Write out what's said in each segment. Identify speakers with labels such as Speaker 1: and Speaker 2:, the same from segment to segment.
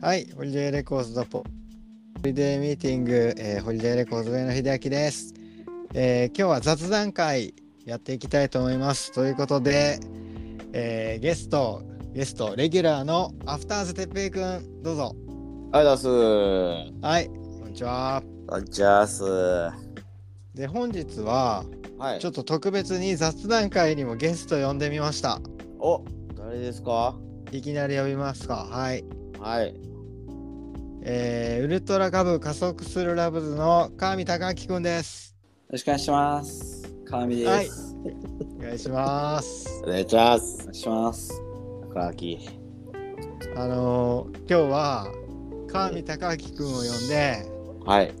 Speaker 1: はい、ホリデーレコーズドポ。ホリデーミーティング、えーホリデーレコーズ上野秀明です、えー今日は雑談会やっていきたいと思います。ということで、えーゲスト、ゲスト、レギュラーのアフターズてっぺいくん、どうぞ。
Speaker 2: ありがとう
Speaker 1: はい、こんにちは。
Speaker 2: ございます。ありがとうございます。
Speaker 1: で、本日は、
Speaker 2: はい。
Speaker 1: ちょっと特別に雑談会にもゲスト呼んでみました。
Speaker 2: お、誰ですか
Speaker 1: いきなり呼びますか。はい。
Speaker 2: はい。
Speaker 1: えーウルトラ株加速するラブズの川見隆明くんです。
Speaker 3: よろしくお願いします。川見です。
Speaker 1: はい
Speaker 3: お願
Speaker 1: お願いします。
Speaker 2: お願いします。
Speaker 3: いします。
Speaker 2: 高木。
Speaker 1: あのー今日は川見隆明君を呼んで
Speaker 2: はい。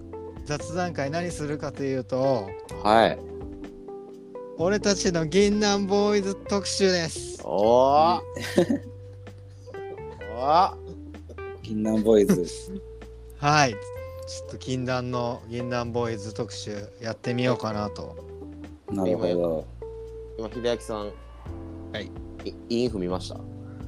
Speaker 1: 雑談会何するかというと
Speaker 2: はい。
Speaker 1: 俺たちの銀杏ボーイズ特集です
Speaker 2: おお。 お
Speaker 3: 銀杏ボーイ ズ。
Speaker 1: はいちょっと禁断の銀杏ボーイズ特集やってみようかなと
Speaker 3: なるほど。
Speaker 2: 今、秀明さん。
Speaker 1: はい。
Speaker 2: い、インフ見ました。
Speaker 1: い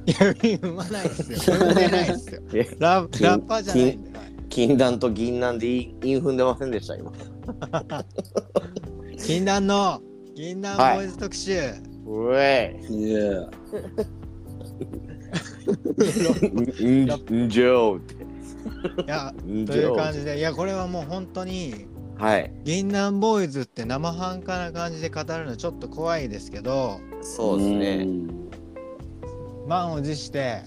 Speaker 1: や踏まないです よ踏んでないですよ
Speaker 2: え
Speaker 1: ララッパじゃないんで、はい
Speaker 2: 禁断と銀杏でインイン踏んでませんでした、今。
Speaker 1: 禁断の銀杏ボーイズ特集、
Speaker 2: うえ
Speaker 3: いや、
Speaker 2: い。ん、ん、んじょうって。
Speaker 1: い や
Speaker 2: ん
Speaker 1: という感じでいやこれはもう本当に
Speaker 2: はい。
Speaker 1: 銀杏ボーイズって生半可な感じで語るのちょっと怖いですけど
Speaker 2: そうですね。
Speaker 3: ん。
Speaker 1: 満を持して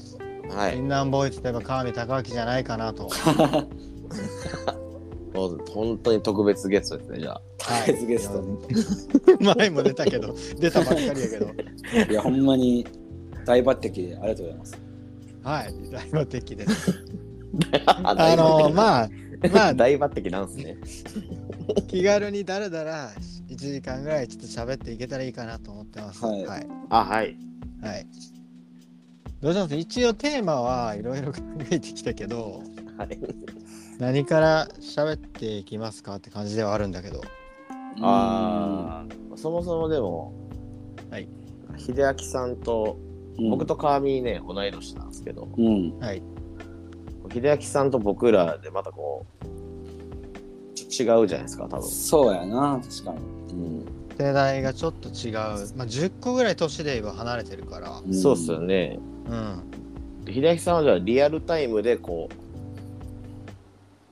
Speaker 2: はい。
Speaker 1: 銀杏ボーイズといえば川見隆明じゃないか なと、
Speaker 2: そうです本当に特別ゲストですね、じゃあ。
Speaker 1: は
Speaker 3: 特別ゲスト
Speaker 1: いや前も出たけど出たばっかりや けど
Speaker 3: いや、ほんまに大抜擢でありがとうございます。
Speaker 1: はい大抜擢です
Speaker 2: あ
Speaker 1: あ のまあまあ
Speaker 2: 大抜擢なんですね。
Speaker 1: 気軽にだらだら1時間ぐらいちょっと喋っていけたらいいかなと思ってます
Speaker 3: はい
Speaker 1: はい、
Speaker 2: あ、はい。
Speaker 1: はいどうします一応テーマはいろいろ考えてきたけど
Speaker 2: はい。
Speaker 1: 何から喋っていきますかって感じではあるんだけど
Speaker 2: ああ、そもそもでも、
Speaker 1: はい。
Speaker 2: 秀明さんと、
Speaker 3: うん
Speaker 2: 僕と川見ね、同い年なんですけど、
Speaker 3: うん。
Speaker 1: はい
Speaker 2: 秀明さんと僕らでまたこう、ち違うじゃないですか、多分。
Speaker 3: そうやな、確か
Speaker 2: うん。
Speaker 1: 世代がちょっと違う、まあ、10個ぐらい年で言えば離れてるから
Speaker 3: に。
Speaker 2: そうっすよね。
Speaker 1: うん
Speaker 2: 秀明さんはじゃあリアルタイムでこう、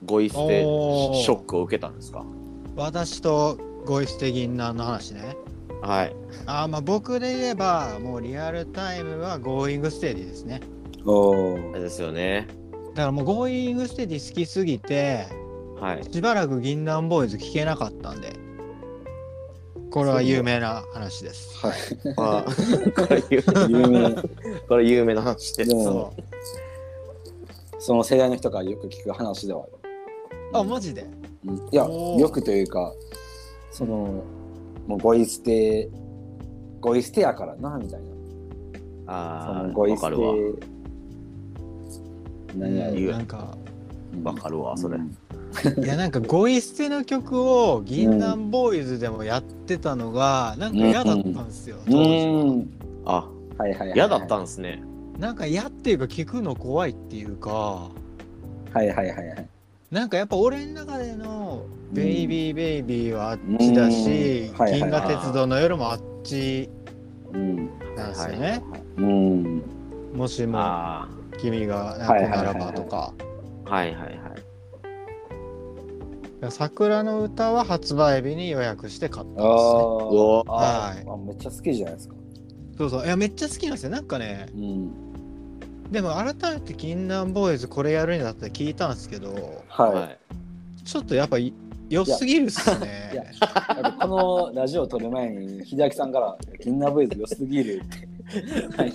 Speaker 2: ご一世
Speaker 1: おー
Speaker 2: ショックを受けたんですか
Speaker 1: 私とゴイステ銀杏の話ね
Speaker 2: はい。
Speaker 1: あーまあ僕で言えばもうリアルタイムはゴーイングステディですね
Speaker 3: おお
Speaker 2: あ。れですよね。
Speaker 1: だからもうゴーイングステディ好きすぎて
Speaker 2: はい。
Speaker 1: しばらく銀杏ボーイズ聞けなかったんでこれは有名な話です
Speaker 3: はい。
Speaker 2: あーこれ有名
Speaker 3: 有名。
Speaker 2: これ有名な話で
Speaker 3: で。も
Speaker 1: そ、
Speaker 3: その世代の人からよく聞く話ではある。
Speaker 1: うあマジで
Speaker 3: うんいや、
Speaker 1: おー
Speaker 3: よくというか、その、もうゴイ捨て、ゴイ捨てやからな、みたいな。そ
Speaker 2: ああ、
Speaker 3: のゴイ
Speaker 2: わ
Speaker 3: 捨
Speaker 2: か
Speaker 3: て
Speaker 2: るわ。
Speaker 3: 何や
Speaker 1: う
Speaker 3: ろ
Speaker 1: ん
Speaker 2: 言う
Speaker 1: なんか
Speaker 2: わかるわ、それ。
Speaker 1: いやなんかゴイステの曲を銀杏ボーイズでもやってたのがなんか嫌だったんですよ、
Speaker 3: う
Speaker 1: 当時
Speaker 3: ん。
Speaker 2: あ、
Speaker 3: はいはいはいはい。
Speaker 2: 嫌だったんですね。
Speaker 1: なんか嫌っていうか聞くの怖いっていうか
Speaker 3: はいはいはいはい。
Speaker 1: なんかやっぱ俺の中での「ベイビーベイビー」はあっちだし
Speaker 3: うん
Speaker 1: 「
Speaker 3: はいはい
Speaker 1: 銀河鉄道の夜」もあっち
Speaker 3: うん。
Speaker 1: なんですよね。
Speaker 2: はい
Speaker 3: うん。
Speaker 1: もしも
Speaker 2: あ
Speaker 1: 君がな
Speaker 3: はい
Speaker 1: くない
Speaker 3: はいははい
Speaker 1: らばとか。
Speaker 2: あ、はいはいはい。
Speaker 1: 桜の歌は発売日に予約して買ったんです、
Speaker 3: あ
Speaker 1: ね。
Speaker 3: ー
Speaker 2: う
Speaker 3: あ
Speaker 1: はい
Speaker 3: ー。あめっちゃ好きじゃないですか。
Speaker 1: そうそう。いや、めっちゃ好きなんですよ。なんかね、
Speaker 3: うん。
Speaker 1: でも改めて銀杏ボーイズこれやるんだって聞いたんですけど、
Speaker 3: は
Speaker 1: ちょっとやっぱい良すぎるっす
Speaker 3: いや
Speaker 1: ね。
Speaker 3: い。このラジオを撮る前に、秀明さんから、銀河ボーイズ良すぎるって。はい
Speaker 2: い。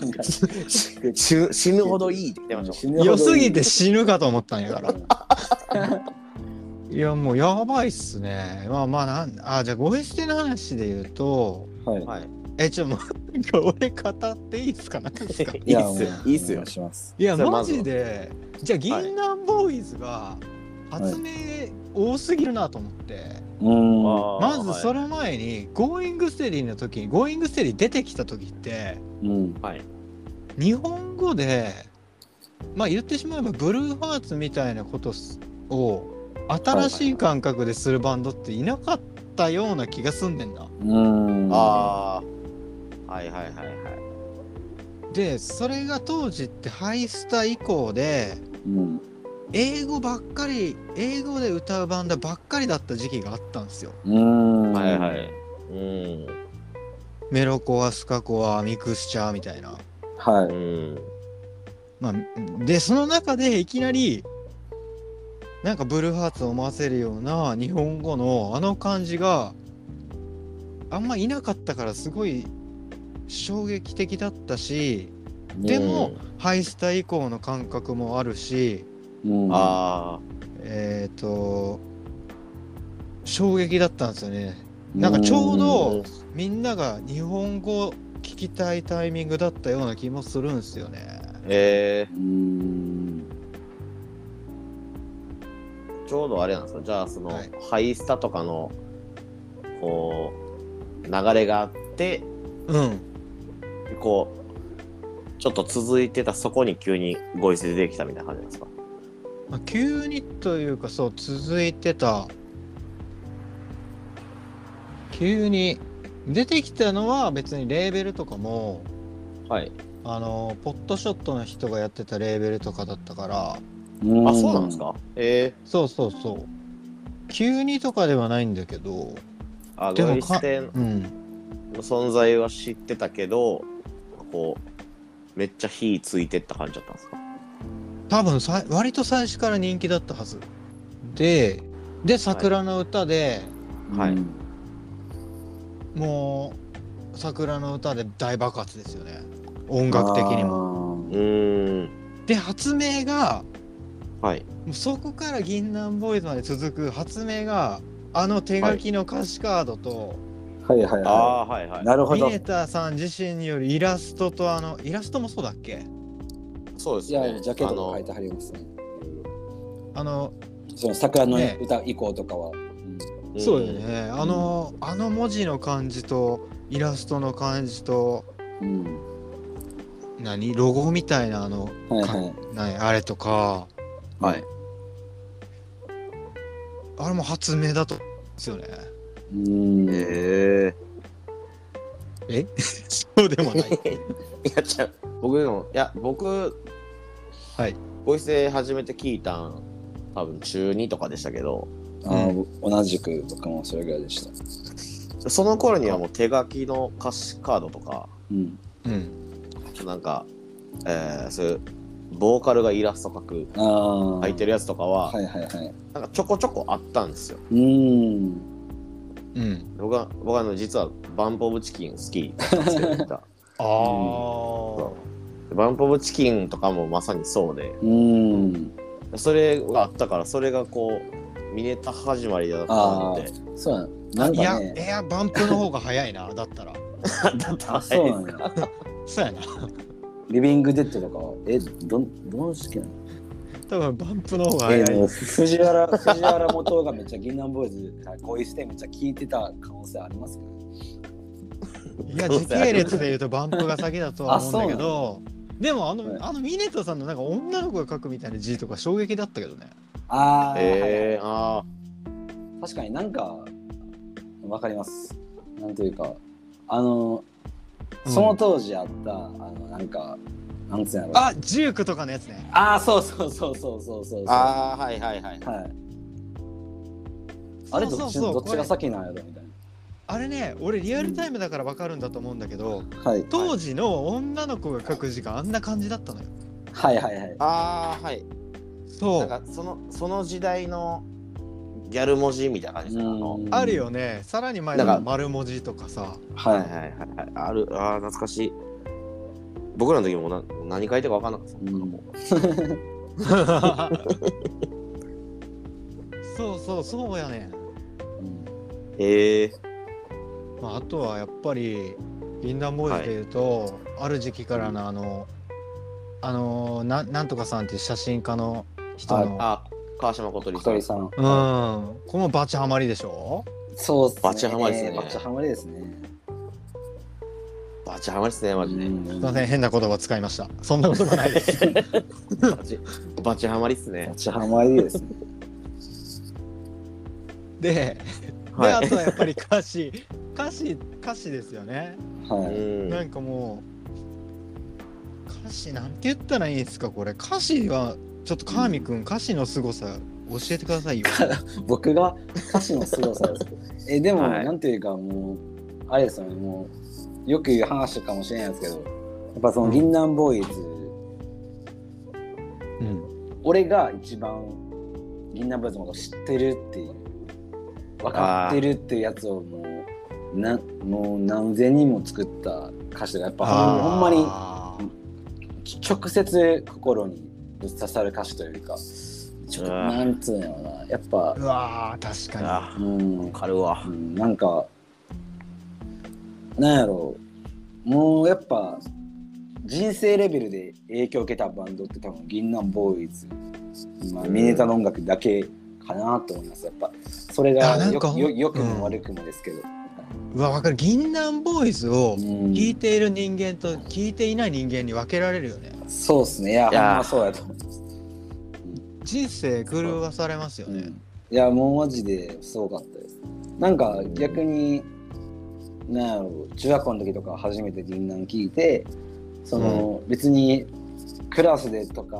Speaker 2: 死死ぬほどいいって言ってまし
Speaker 3: 死ぬほどいい
Speaker 1: 良すぎて死ぬかと思ったんやから。いや、もうやばいっすね。まあまあなん、あ、じゃあ、ゴイステの話で言うと、
Speaker 3: は
Speaker 2: た
Speaker 3: い
Speaker 2: もん。はい。
Speaker 1: え、ちょ、もう、なんか俺語っていいっすかなんですかい
Speaker 2: いいっ
Speaker 3: もう
Speaker 2: すよ。いいっす
Speaker 3: お
Speaker 2: よ
Speaker 3: 願。します。
Speaker 1: や、
Speaker 2: それ
Speaker 1: マ
Speaker 2: まずは
Speaker 1: ジで、じゃあ、銀杏ボーイズが発明多すぎるなと思って、
Speaker 3: うん。
Speaker 2: ま
Speaker 1: まずその前に、ゴーイングステディの時に、ゴーイングステディ出てきた時って、
Speaker 3: うん。
Speaker 2: はい。
Speaker 1: 日本語でまあ言ってしまえばブルーハーツみたいなことすを新しい感覚でするバンドっていなかったような気がすんねんな。
Speaker 3: うん
Speaker 2: ああはいはいはいはい
Speaker 1: でそれが当時ってハイスタ以降で
Speaker 3: うん
Speaker 1: 英語ばっかり英語で歌うバンドばっかりだった時期があったんですよ。
Speaker 3: うん
Speaker 2: はいはいうん
Speaker 1: メロコアスカコアミクスチャーみたいな。
Speaker 3: は
Speaker 2: う
Speaker 3: い
Speaker 2: ん
Speaker 1: まあ、でその中でいきなりなんかブルーハーツを思わせるような日本語のあの感じがあんまいなかったからすごい衝撃的だったしでも、ハイスタ以降の感覚もあるし
Speaker 3: うん
Speaker 2: あ
Speaker 1: えっ、と衝撃だったんですよね
Speaker 3: う
Speaker 1: なんかちょう
Speaker 2: あ
Speaker 1: どみんなが日本語聞きたいタイミングだったような気もするんですよね
Speaker 2: え
Speaker 3: うん
Speaker 2: ー、ちょうどあれなんですかじゃあその、
Speaker 1: はい
Speaker 2: ハイスタとかのこう流れがあって
Speaker 1: うん
Speaker 2: こうちょっと続いてたそこに急にゴイスで出てきたみたいな感じなんですか
Speaker 1: まあ、急にというかそう続いてた急に出てきたのは別にレーベルとかも
Speaker 2: はい
Speaker 1: あのポットショットの人がやってたレーベルとかだったから
Speaker 2: あそうなんですかえ
Speaker 1: そうそうそう急にとかではないんだけど
Speaker 2: ー、あ
Speaker 1: でも
Speaker 2: ゴイステの
Speaker 1: うん
Speaker 2: 存在は知ってたけどこうめっちゃ火ついてった感じだったんですか
Speaker 1: 多分さい割と最初から人気だったはずでで「桜の歌で」
Speaker 2: はい
Speaker 1: もう「桜の歌」で大爆発ですよね音楽的にも。
Speaker 3: も
Speaker 2: うーん
Speaker 1: で発明が
Speaker 2: はい
Speaker 1: もうそこから銀杏ボーイズまで続く発明があの手書きの歌詞カードと、
Speaker 3: はいはいは
Speaker 2: ああーはいはい
Speaker 3: いなるほ
Speaker 1: ミ
Speaker 3: ど
Speaker 1: ネタさん自身によるイラストとあのイラストもそうだっけ
Speaker 2: そうです
Speaker 3: い
Speaker 2: ね
Speaker 3: やジャケットも書い
Speaker 2: あ
Speaker 3: てはりますね
Speaker 1: あの、
Speaker 3: その桜の
Speaker 1: ね
Speaker 3: 歌以降とかは
Speaker 2: の
Speaker 1: そうよねあのあの文字の感じとイラストの感じと
Speaker 3: うん
Speaker 1: 何ロゴみたいなあの
Speaker 3: はいはい
Speaker 1: 何あれとか
Speaker 2: はい
Speaker 1: あれも発明だと思うんですよ ね
Speaker 3: うん
Speaker 2: え
Speaker 1: えそうでもない
Speaker 2: えいやちゃう僕でもいや僕
Speaker 1: はい
Speaker 2: ボイスで初めて聞いたん多分中2とかでしたけど
Speaker 3: あー同じく僕もそれぐらいでした
Speaker 2: その頃にはもう手書きの歌詞カードとか
Speaker 3: うん
Speaker 1: うん
Speaker 2: なんか、えー、そういうボーカルがイラスト描く
Speaker 3: ああ
Speaker 2: 書いてるやつとかは、
Speaker 3: はいはいはい
Speaker 2: なんかちょこちょこあったんですよ
Speaker 3: うん
Speaker 1: うん
Speaker 2: 僕は僕はあの実はバンポブチキン好きなんですけど実は
Speaker 1: ああ、
Speaker 2: バンポブチキンとかもまさにそうで
Speaker 3: うん
Speaker 2: それがあったからそれがこうミネタ始まりだったので
Speaker 3: そうやなん
Speaker 1: い
Speaker 3: か
Speaker 1: や
Speaker 3: ね
Speaker 1: いやバンプの方が早いなだったら
Speaker 2: だった
Speaker 3: あ
Speaker 2: ら
Speaker 3: そうなんや
Speaker 1: そうやな
Speaker 3: リビングデッドとかはえどんどの式なの
Speaker 1: 多分バンプの方が
Speaker 3: え
Speaker 1: 早
Speaker 3: ーでも
Speaker 1: い。
Speaker 3: 藤原 藤原元がめっちゃ銀杏ボーイズからこういうステめっちゃ聞いてた可能性ありますけど
Speaker 1: いや時系列で言うとバンプが先だとは思うんだけど、でもあの、
Speaker 3: はい
Speaker 1: あのミネタさんのなんか女の子が書くみたいな字とか衝撃だったけどね。
Speaker 3: ああ、
Speaker 2: えー、あ
Speaker 3: 確かになんかわかりますなんというかあのその当時あった、あのなんかなんつうんやろ
Speaker 1: あ、ジュークとかのやつね。
Speaker 3: あーそうそうそうそうそうそうそ
Speaker 2: ー
Speaker 3: う
Speaker 2: あーはいはいはい
Speaker 3: はいあれどっち
Speaker 1: そうそうそう
Speaker 3: どっちが
Speaker 1: これ
Speaker 3: 先なんやろみたい
Speaker 1: あれね、俺リアルタイムだからわかるんだと思うんだけど、
Speaker 3: な、はい、
Speaker 1: 当時の女の子が書く字があんな感じだったのよ。
Speaker 3: はいはいはい
Speaker 2: ああはい
Speaker 1: そ
Speaker 2: なん
Speaker 1: う。
Speaker 2: かそのその時代のギャル文字みたいな感じですかあの
Speaker 3: うん
Speaker 1: あるよね。さらに前
Speaker 2: なん
Speaker 1: の
Speaker 2: か
Speaker 1: 丸文字とかさ。
Speaker 2: はい
Speaker 3: は
Speaker 2: はい
Speaker 3: い
Speaker 2: はいはいあるあー懐かしい僕らの時もな何書いてるか分かんなかった
Speaker 3: うん
Speaker 1: そうそうそうやね。
Speaker 3: うん
Speaker 2: ええ
Speaker 1: まあ、あとはやっぱり銀杏ボーイズでいうと、ある時期からのあの、あのななんとかさんっていう写真家の人の、
Speaker 2: あ川島小鳥
Speaker 3: 小
Speaker 2: さん
Speaker 3: 鳥さん
Speaker 1: うんこのバチハマりでしょ
Speaker 3: そうっすね
Speaker 2: バチハマりですね
Speaker 3: バチハマりですね
Speaker 2: バチハマりっすね、マジで。
Speaker 1: すいません変な言葉使いましたそんなこともないです
Speaker 2: バチバチハマりっすね
Speaker 3: 立。ちはまりですね。
Speaker 1: でで、
Speaker 2: は
Speaker 1: あ
Speaker 2: い。
Speaker 1: とはやっぱり 歌詞歌詞歌詞ですよね、
Speaker 2: う
Speaker 3: はい。
Speaker 2: ん
Speaker 1: なんかもう歌詞なんて言ったらいいんですかこれ歌詞はちょっと川見君、歌詞の凄さ教えてくださいよ
Speaker 3: 僕が歌詞の凄さです。え、でも、
Speaker 2: はい
Speaker 3: なんていうか、もう、あれですよね、もう、よく言う話かもしれないですけど、やっぱその、銀杏ボーイズ、
Speaker 1: うん
Speaker 3: 俺が一番、銀杏ボーイズのこと知ってるっていう、分かってるっていうやつをもう、なもう何千人も作った歌詞が、やっぱ
Speaker 1: あー
Speaker 3: ほんまに直接心にぶっ刺さる歌詞というか、ちょっと
Speaker 2: うわ
Speaker 3: なんつうのかな、やっぱ、
Speaker 1: うわー確か
Speaker 2: あ
Speaker 3: うん
Speaker 2: わ、かるわ
Speaker 3: う。んなんか、なんやろう、もうやっぱ、人生レベルで影響を受けたバンドって多分、銀杏ボーイズ、まあ、ミネタの音楽だけかなと思います。やっぱ、それ
Speaker 1: あ
Speaker 3: が
Speaker 1: なん
Speaker 3: よ
Speaker 1: か
Speaker 3: よよく
Speaker 1: うん
Speaker 3: も悪くもですけど。
Speaker 1: にうわわかる銀杏ボーイズを
Speaker 3: うん
Speaker 1: 聞いている人間と聞いていない人間に分けられるよね
Speaker 3: そうっすね、いや、
Speaker 2: いやー
Speaker 3: ほんまそうやと思います。
Speaker 1: 人生狂わされますよね、
Speaker 3: いやもうマジですごかったですなんか逆になんやろう中学校の時とか初めて銀杏聞いてその、別にクラスでとか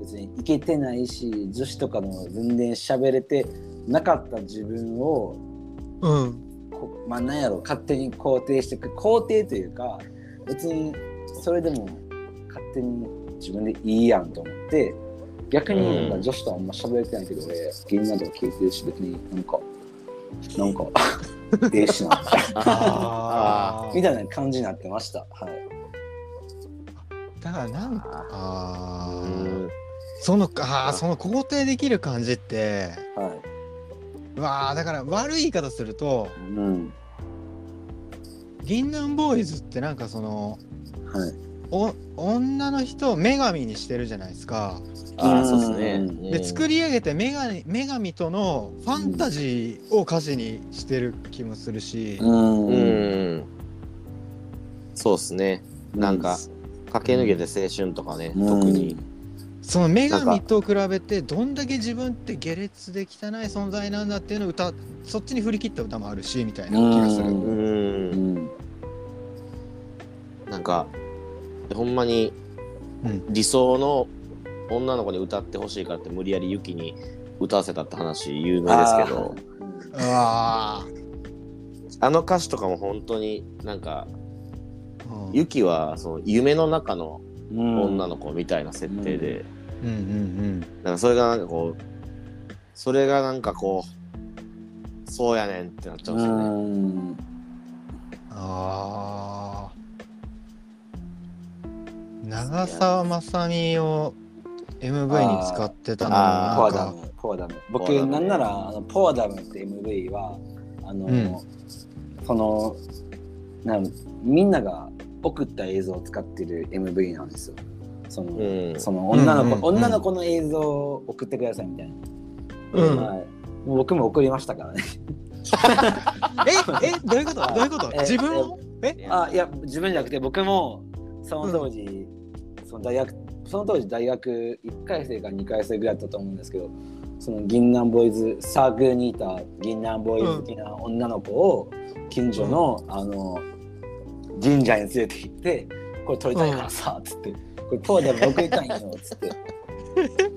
Speaker 3: 別に行けてないし女子とかの全然喋れてなかった自分を
Speaker 1: うん、
Speaker 3: こまあなんやろ勝手に肯定してく肯定というか別にそれでも勝手に自分でいいやんと思って逆になん
Speaker 2: う
Speaker 3: か
Speaker 2: ん
Speaker 3: 女子とはあんま喋れてないけど俺芸人なども聞いてるし別になんかなん かええしな
Speaker 1: あー
Speaker 3: みたいな感じになってましたはい
Speaker 1: だからなんか
Speaker 2: あ
Speaker 1: あ
Speaker 2: ーう
Speaker 1: ー
Speaker 2: ん
Speaker 1: そのあーその肯定できる感じって
Speaker 3: は
Speaker 1: うわーだから悪い言い方すると
Speaker 3: いうん
Speaker 1: 銀杏ボーイズってなんかその
Speaker 3: はい
Speaker 1: お女の人を女神にしてるじゃないですか。
Speaker 2: あー、そうっすね。
Speaker 3: うん
Speaker 1: で作
Speaker 2: り、
Speaker 1: り上げて女神女神とのファンタジーを歌詞にしてる気もするし、
Speaker 3: うん
Speaker 2: うん。そうっすね。なんか、駆け抜けて青春とかね、
Speaker 3: うん
Speaker 2: 特に。
Speaker 1: その女神と比べてどんだけ自分って下劣で汚い存在なんだっていうのを歌そっちに振り切った歌もあるしみたいな気がする。
Speaker 3: うん
Speaker 2: うん
Speaker 3: うん
Speaker 2: なんかほんまに
Speaker 1: うん
Speaker 2: 理想の女の子に歌ってほしいからって無理やりユキに歌わせたって話有名ですけど
Speaker 1: うわー
Speaker 2: あの歌詞とかも本当になんか
Speaker 1: うん
Speaker 2: ユキはその夢の中の
Speaker 3: うん
Speaker 2: 女の子みたいな設定で、
Speaker 1: うんうん
Speaker 2: なんかそれがなんかこうそれがなんかこうそうやねんってなっちゃうんですよね。
Speaker 3: うん
Speaker 1: うん。ああ。長澤まさみを MV に使ってたのも
Speaker 2: あー
Speaker 1: な
Speaker 3: ポ
Speaker 1: ん
Speaker 3: ア
Speaker 1: か。
Speaker 2: ポアダ
Speaker 3: ダム、ポアダム。僕、
Speaker 2: ム
Speaker 3: なんなら、あのポアダムって MV は、あの、
Speaker 1: うん
Speaker 3: その、なんみんなが送った映像を使ってる MV なんですよ。その、
Speaker 2: うん
Speaker 3: その女の子、
Speaker 1: うんうんうん
Speaker 3: 女の子の映像を送ってくださいみたいな。
Speaker 1: うん
Speaker 3: はいもう僕も送りましたからね。
Speaker 1: え、え、どういうこと、どういうこと、
Speaker 3: え
Speaker 1: 自分を。え、
Speaker 3: あ、いや、自分じゃなくて、僕も、その当時、その大学、その当時大学1回生か2回生ぐらいだったと思うんですけど、その銀杏ボーイズ、サークルにいた銀杏ボーイズ好きな女の子を、近所の、あの、神社に連れて行って、これ撮りたいからさ、つって、これポーダム送りたいよ、つって。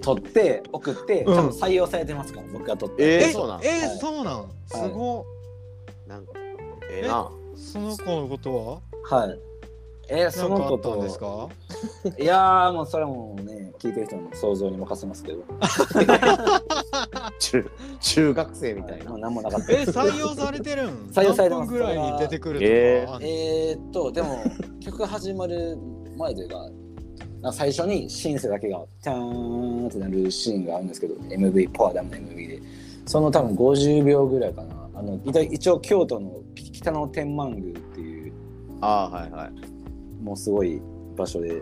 Speaker 3: 撮って送って、多
Speaker 1: うん
Speaker 3: 分採用されてますから、僕が撮って。
Speaker 2: え
Speaker 1: え、
Speaker 2: ーそうなん
Speaker 1: え
Speaker 3: はい
Speaker 1: そうなん。すご
Speaker 2: なんかええな。
Speaker 1: い。その子のこと
Speaker 3: はい。えー
Speaker 1: は。な
Speaker 3: そ
Speaker 1: ん
Speaker 3: の
Speaker 1: かあ
Speaker 3: 子
Speaker 1: ったん
Speaker 3: と
Speaker 1: ですか。
Speaker 3: いやーもうそれはもうね聞いてる人の想像に任せますけど
Speaker 2: 中中学生みたいな
Speaker 3: もう。何もなかった
Speaker 1: え、採用されてるん。
Speaker 3: 採用されてま
Speaker 1: 何
Speaker 3: す
Speaker 1: 分ぐらいに出てくる
Speaker 2: え
Speaker 1: とかあんの。
Speaker 3: えーっとでも曲始まる前というかなんか最初にシンセだけがターンってなるシーンがあるんですけど MV ポアダムの MV でその多分50秒ぐらいかなあの一応一応京都の北の天満宮っていう
Speaker 2: ああはいはい。
Speaker 3: もうすごい場所で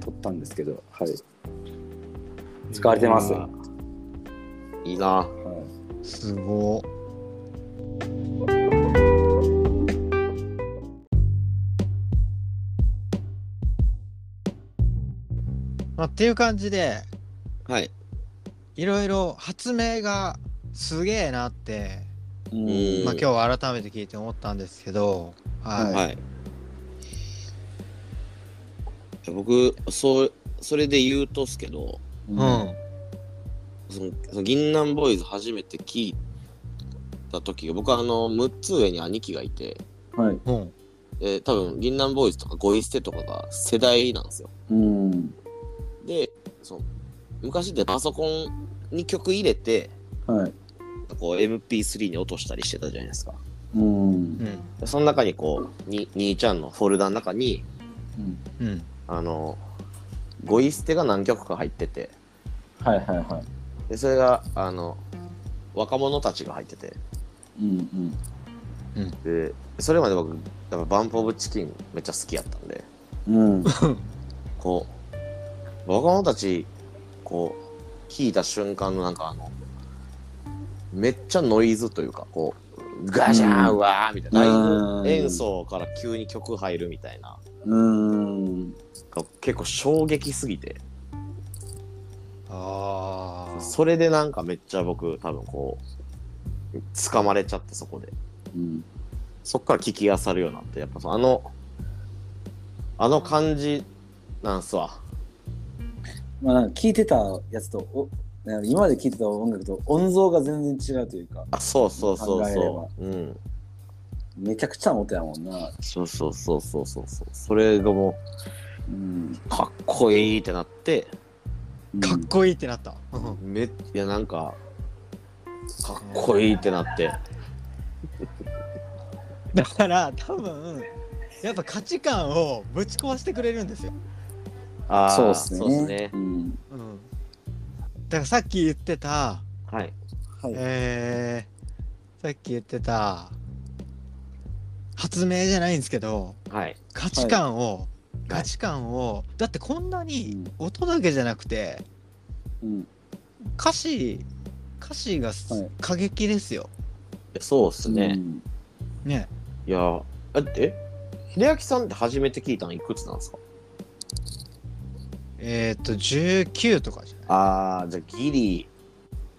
Speaker 3: 撮ったんですけど、はい、使われてますよ、
Speaker 2: いいな。
Speaker 3: はい
Speaker 1: すごまあ、っていう感じで
Speaker 2: はい。
Speaker 1: いろいろ発明がすげえなって、
Speaker 2: うん
Speaker 1: まあ、今日は改めて聞いて思ったんですけど、はい
Speaker 2: はい。僕、そう、それで言うとっすけど、
Speaker 1: うん
Speaker 3: うん
Speaker 2: その、その銀杏ボーイズ初めて聞いた時が、僕はあの、6つ上に兄貴がいて、
Speaker 3: はい。
Speaker 1: うん
Speaker 2: え多分、銀杏ボーイズとかゴイステとかが世代なんですよ。
Speaker 3: うん。
Speaker 2: で、その、昔ってパソコンに曲入れて、
Speaker 3: はい。
Speaker 2: こう MP3 に落としたりしてたじゃないですか。
Speaker 3: うん
Speaker 1: う。ん
Speaker 2: でその中にこう、に兄ちゃんのフォルダの中に、
Speaker 3: うん
Speaker 1: うん
Speaker 2: あの、ゴイステが何曲か入ってて、
Speaker 3: はいはいは
Speaker 2: で、それが、あの、若者たちが入ってて、
Speaker 3: い。うん
Speaker 2: で、それまで僕、やっぱバンプオブチキンめっちゃ好きやったんで、
Speaker 3: うん。うん。
Speaker 2: こう、若者たち、こう、聞いた瞬間のなんかあの、めっちゃノイズというか、こう、ガシャーン、
Speaker 3: うん
Speaker 2: うわーみたいな、ライ
Speaker 3: う
Speaker 2: ブ
Speaker 3: ん
Speaker 2: 演奏から急に曲入るみたいな、
Speaker 3: うん。
Speaker 2: 結構衝撃すぎて、
Speaker 1: ああ
Speaker 2: それでなんかめっちゃ僕多分こう、掴まれちゃってそこで。
Speaker 3: うん。
Speaker 2: そっから聞き漁るようになって、やっぱそのあの、あの感じなんすわ。
Speaker 3: まあ、なんか聞いてたやつと、おなんか今まで聞いてた音楽と音像が全然違うというか、
Speaker 2: あ、そうそうそう
Speaker 3: 考えれば
Speaker 2: そう。うん。
Speaker 3: めちゃくちゃな音やもんな。
Speaker 2: そうそうそうそうそうそう。それがも
Speaker 3: うん。
Speaker 2: う、かっこいいってなって、
Speaker 1: かっこいいってなった、うん
Speaker 2: めっいやなんか、かっこいいってなって。
Speaker 1: だから多分やっぱ価値観をぶち壊してくれるんですよ、
Speaker 2: あー
Speaker 3: そうですね。
Speaker 2: そうですね
Speaker 3: う。ん。
Speaker 1: うん、だからさっき言ってた
Speaker 2: はい。
Speaker 3: はい。
Speaker 1: えー、さっき言ってた発明じゃないんですけど
Speaker 2: はい。
Speaker 1: 価値観を、価値観をだってこんなに音だけじゃなくて
Speaker 3: うん。
Speaker 1: 歌詞歌詞がす、
Speaker 3: はい
Speaker 1: 過激ですよ
Speaker 2: えそうっすね。
Speaker 3: うん
Speaker 1: ね
Speaker 2: いや、え、え秀明さんって初めて聞いたのいくつなんですか
Speaker 1: えー、っと19とかじゃない
Speaker 2: ああ、じゃあギリ、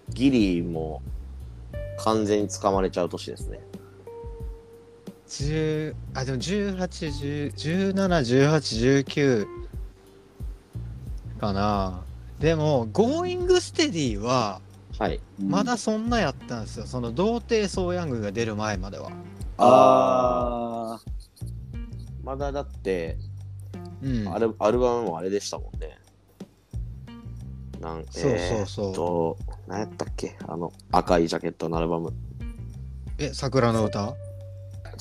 Speaker 2: ギリも完全に掴まれちゃう年ですね。
Speaker 1: 10あでも18171819かなでも「Going Steady」は
Speaker 2: はい。
Speaker 1: まだそんなやったんですよ、その童貞ソーヤングが出る前までは
Speaker 3: あー
Speaker 2: まだだって、
Speaker 1: うん
Speaker 2: アルアルバムもあれでしたもんね。なんか、
Speaker 1: そうそうそう
Speaker 2: えーっと、何やったっけあの、赤いジャケットのアルバム。
Speaker 1: え桜の歌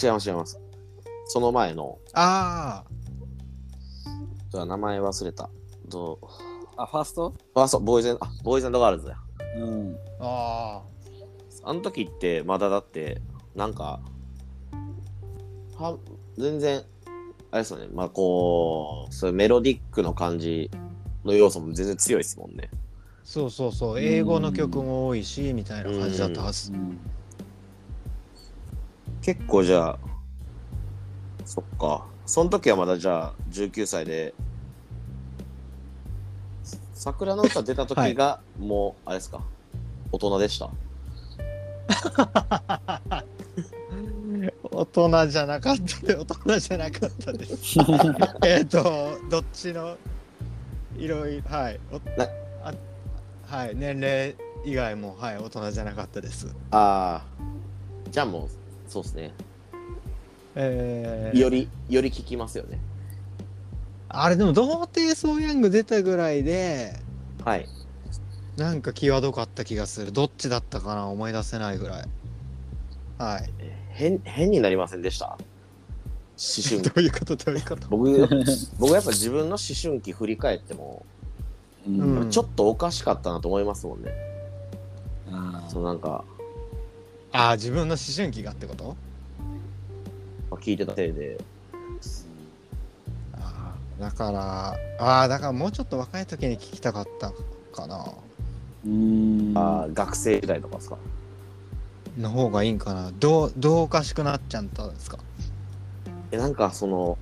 Speaker 2: 違います、違います。その前の、
Speaker 1: ああ
Speaker 2: うわ名前忘れた。どう
Speaker 3: あファースト
Speaker 2: あ、そう、ボーイズエンあ、ボーイズエンドガールズや。
Speaker 3: うん
Speaker 1: あ
Speaker 2: あの時って、まだだって、なんか、は、全然、あれですよね、まあこう、そういうメロディックの感じの要素も全然強いですもんね。
Speaker 1: あそうそうそう
Speaker 3: うん
Speaker 1: 英語の曲も多いしみたいな感じだったはず
Speaker 2: 結構じゃあ、そっか。その時はまだじゃあ、19歳で、桜の歌出た時が、もう、あれですか、大人でした。
Speaker 1: 大人じゃなかったで大人じゃなかったです えっとどっちのいろいろはいお
Speaker 2: な
Speaker 1: あはい年齢以外もはい大人じゃなかったです
Speaker 2: ああ、じゃあもう、そうですね。
Speaker 1: えー
Speaker 2: より、より聞きますよね。
Speaker 1: あれでも童貞ソーヤング出たぐらいで
Speaker 2: はい。
Speaker 1: なんか際どかった気がするどっちだったかな思い出せないぐらいはい
Speaker 2: 変変になりませんでした思春 期
Speaker 1: どういうことどういうこと
Speaker 2: 僕僕やっぱ自分の思春期振り返っても、
Speaker 1: うん
Speaker 2: ちょっとおかしかったなと思いますもんね、
Speaker 3: あ
Speaker 2: そのなんか
Speaker 1: ああ自分の思春期がってこと
Speaker 2: まあ聞いてたせいで
Speaker 1: ああだからああだからもうちょっと若い時に聞きたかったかな
Speaker 3: うん
Speaker 2: あー学生時代とかですか
Speaker 1: の方がいいんかなどうどうおかしくなっちゃったんですか
Speaker 2: えなんかその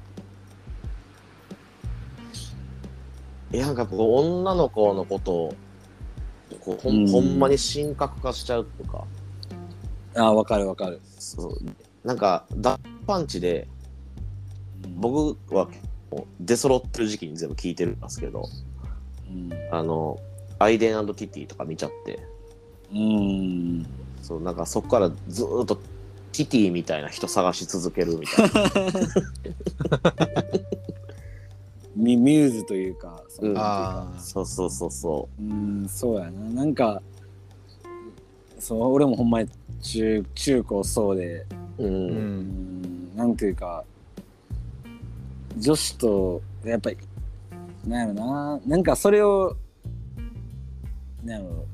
Speaker 2: えなんかこう女の子のことをこうほん,、
Speaker 3: うん
Speaker 2: ほんまに神格化しちゃうとか
Speaker 3: ああ、わかるわかる。
Speaker 2: そうなんかダパンチで僕はもう出揃ってる時期に全部聞いてるんですけど
Speaker 3: うん。
Speaker 2: あのアイデンキティとか見ちゃって
Speaker 3: うん。
Speaker 2: そうなんかそこからずーっとキティみたいな人探し続けるみたいな
Speaker 3: ミミューズというか、そ
Speaker 2: うん
Speaker 3: の
Speaker 1: あ あ
Speaker 2: そうそうそうそ
Speaker 3: うん、そうやな。なんか、そう、俺もほんまに中、中高そうで、
Speaker 2: ううん、
Speaker 1: う
Speaker 3: うんん、なんていうか、女子と、やっぱり、なんやろな、なんかそれを、なんやろ、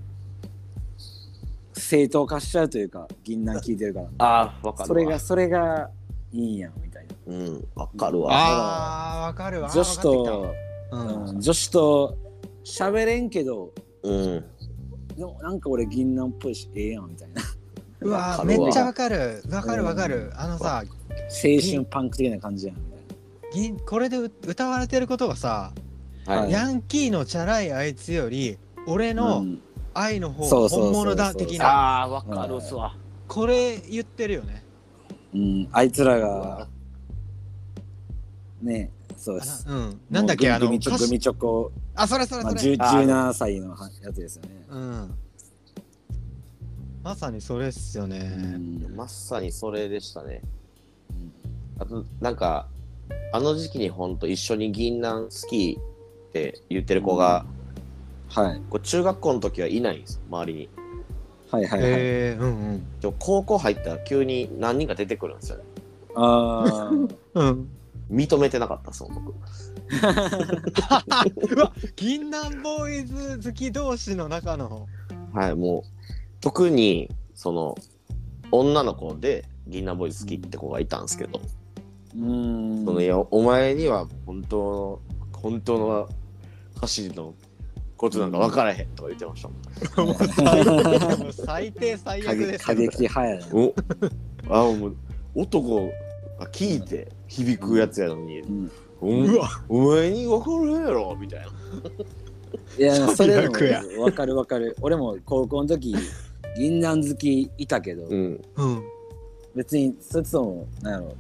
Speaker 3: 正当化しちゃうというか、銀杏聞いてるから、
Speaker 2: ああわかるわ
Speaker 3: それが、それがいいやん、みたい
Speaker 2: うんわかるわ
Speaker 1: あーわかるわ
Speaker 3: な。女子と、
Speaker 1: わかってきた
Speaker 3: うん女子と喋れんけど、
Speaker 2: うん
Speaker 3: でもなんか俺銀杏っぽいし、ええやん、みたいな。
Speaker 1: うんうわ
Speaker 2: わか
Speaker 1: め
Speaker 2: るわ
Speaker 1: っちゃわかるわかるわかるあのさ
Speaker 3: 青春パンク的な感じやんみたい
Speaker 1: 銀これでう歌われてることがさ
Speaker 2: はい、
Speaker 3: うん
Speaker 1: ヤンキーのチャラいあいつより俺
Speaker 3: な。う
Speaker 1: の
Speaker 3: ん
Speaker 1: 愛の方
Speaker 3: そ
Speaker 1: が
Speaker 3: うそうそ
Speaker 1: 本
Speaker 3: う
Speaker 1: 物だ的な
Speaker 2: ああわかるっすわ、
Speaker 1: これ言ってるよね
Speaker 3: うん、あいつら
Speaker 2: うわ
Speaker 3: がねそうです。
Speaker 1: あなうんなんだっけ
Speaker 3: もう
Speaker 1: あの
Speaker 3: グミチョ
Speaker 1: 歌詞
Speaker 3: グミチョコ、
Speaker 1: あそれそれ
Speaker 3: まあ、
Speaker 1: そ
Speaker 3: 10
Speaker 1: れ
Speaker 2: あー
Speaker 3: 17歳のはやつですよね。
Speaker 1: うんまさにそれっすよ
Speaker 3: う
Speaker 1: ね
Speaker 3: ん
Speaker 2: まさにそれでしたねあとなんかあの時期にほんと一緒に銀杏好きって言ってる子が、
Speaker 3: はい
Speaker 2: こう中学校の時はいないんですよ周りに
Speaker 3: はいはいはい。
Speaker 1: へえうん
Speaker 2: でも高校入ったら急に何人か出てくるんですよね
Speaker 3: あー
Speaker 1: うんうん
Speaker 2: 認めてなかったその僕
Speaker 1: うわ銀杏ボーイズ好き同士の中の
Speaker 2: はいもう特にその女の子で銀杏ボーイズ好きって子がいたんですけど、
Speaker 3: うん
Speaker 2: そのいやお前には本当の本当の走りのことなんか分からへんとか言ってましたもん
Speaker 1: もう最低もう最低最
Speaker 3: 過
Speaker 1: 悪
Speaker 3: 激
Speaker 1: ですよ
Speaker 3: 過激派やな。
Speaker 2: お あもう男が聞いて響くやつやのに、
Speaker 3: うん
Speaker 2: おお前に分かるやろみたいな。
Speaker 3: いやそれで
Speaker 1: 最悪や
Speaker 3: もわかるわかる。俺も高校の時銀杏好きいたけど、
Speaker 2: ん、
Speaker 1: うん
Speaker 3: 別にそいつともなんやろ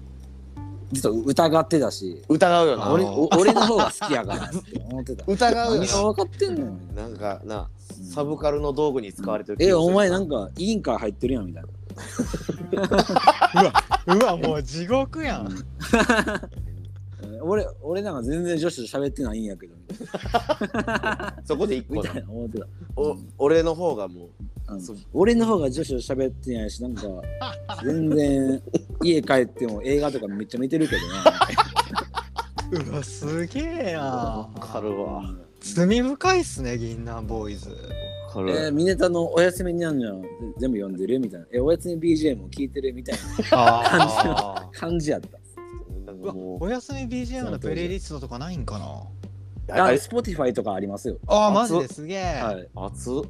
Speaker 3: ちょっと疑ってたし。
Speaker 2: 疑うよな。
Speaker 1: あ
Speaker 3: 俺
Speaker 2: 俺。
Speaker 1: ー
Speaker 3: お俺の方が好きやからって 思ってた
Speaker 2: 疑うよ
Speaker 3: 何が
Speaker 2: な。
Speaker 3: 分かってんのみたいな
Speaker 2: なんかなサブカルの道具に使われてる気が
Speaker 3: え、
Speaker 2: する。
Speaker 3: お前なんか委員会入ってるやんみたいな。
Speaker 1: うわもう地獄やん
Speaker 3: うん俺俺なんか全然女子と喋ってないんやけどみたい
Speaker 2: そこで一個
Speaker 3: なみ
Speaker 2: な
Speaker 3: たいな思ってた。
Speaker 2: お俺の方がも
Speaker 3: うん
Speaker 2: そう
Speaker 3: 俺の方が女子と喋ってないし、なんか全然家帰っても映画とかめっちゃ見てるけど
Speaker 1: うわすげえな
Speaker 2: う分かるわ。
Speaker 3: な。
Speaker 1: 罪深いっすね銀杏ボーイズ
Speaker 2: 分か
Speaker 3: えー、
Speaker 2: る。
Speaker 3: ミネタのお休みになるじゃん。全部読んでるみたいな。え、おやつに BGM も聞いてるみたいな
Speaker 1: あ
Speaker 3: 感じやった。
Speaker 2: なん
Speaker 1: う
Speaker 2: か
Speaker 1: わ
Speaker 2: も
Speaker 1: おやすみ BGM のプレイリストとかないんかな
Speaker 2: う
Speaker 3: あ
Speaker 2: あ、れ
Speaker 3: Spotify とかありますよ。
Speaker 1: あー
Speaker 2: あ
Speaker 1: マジですげえ、
Speaker 3: はい。
Speaker 2: 熱っ。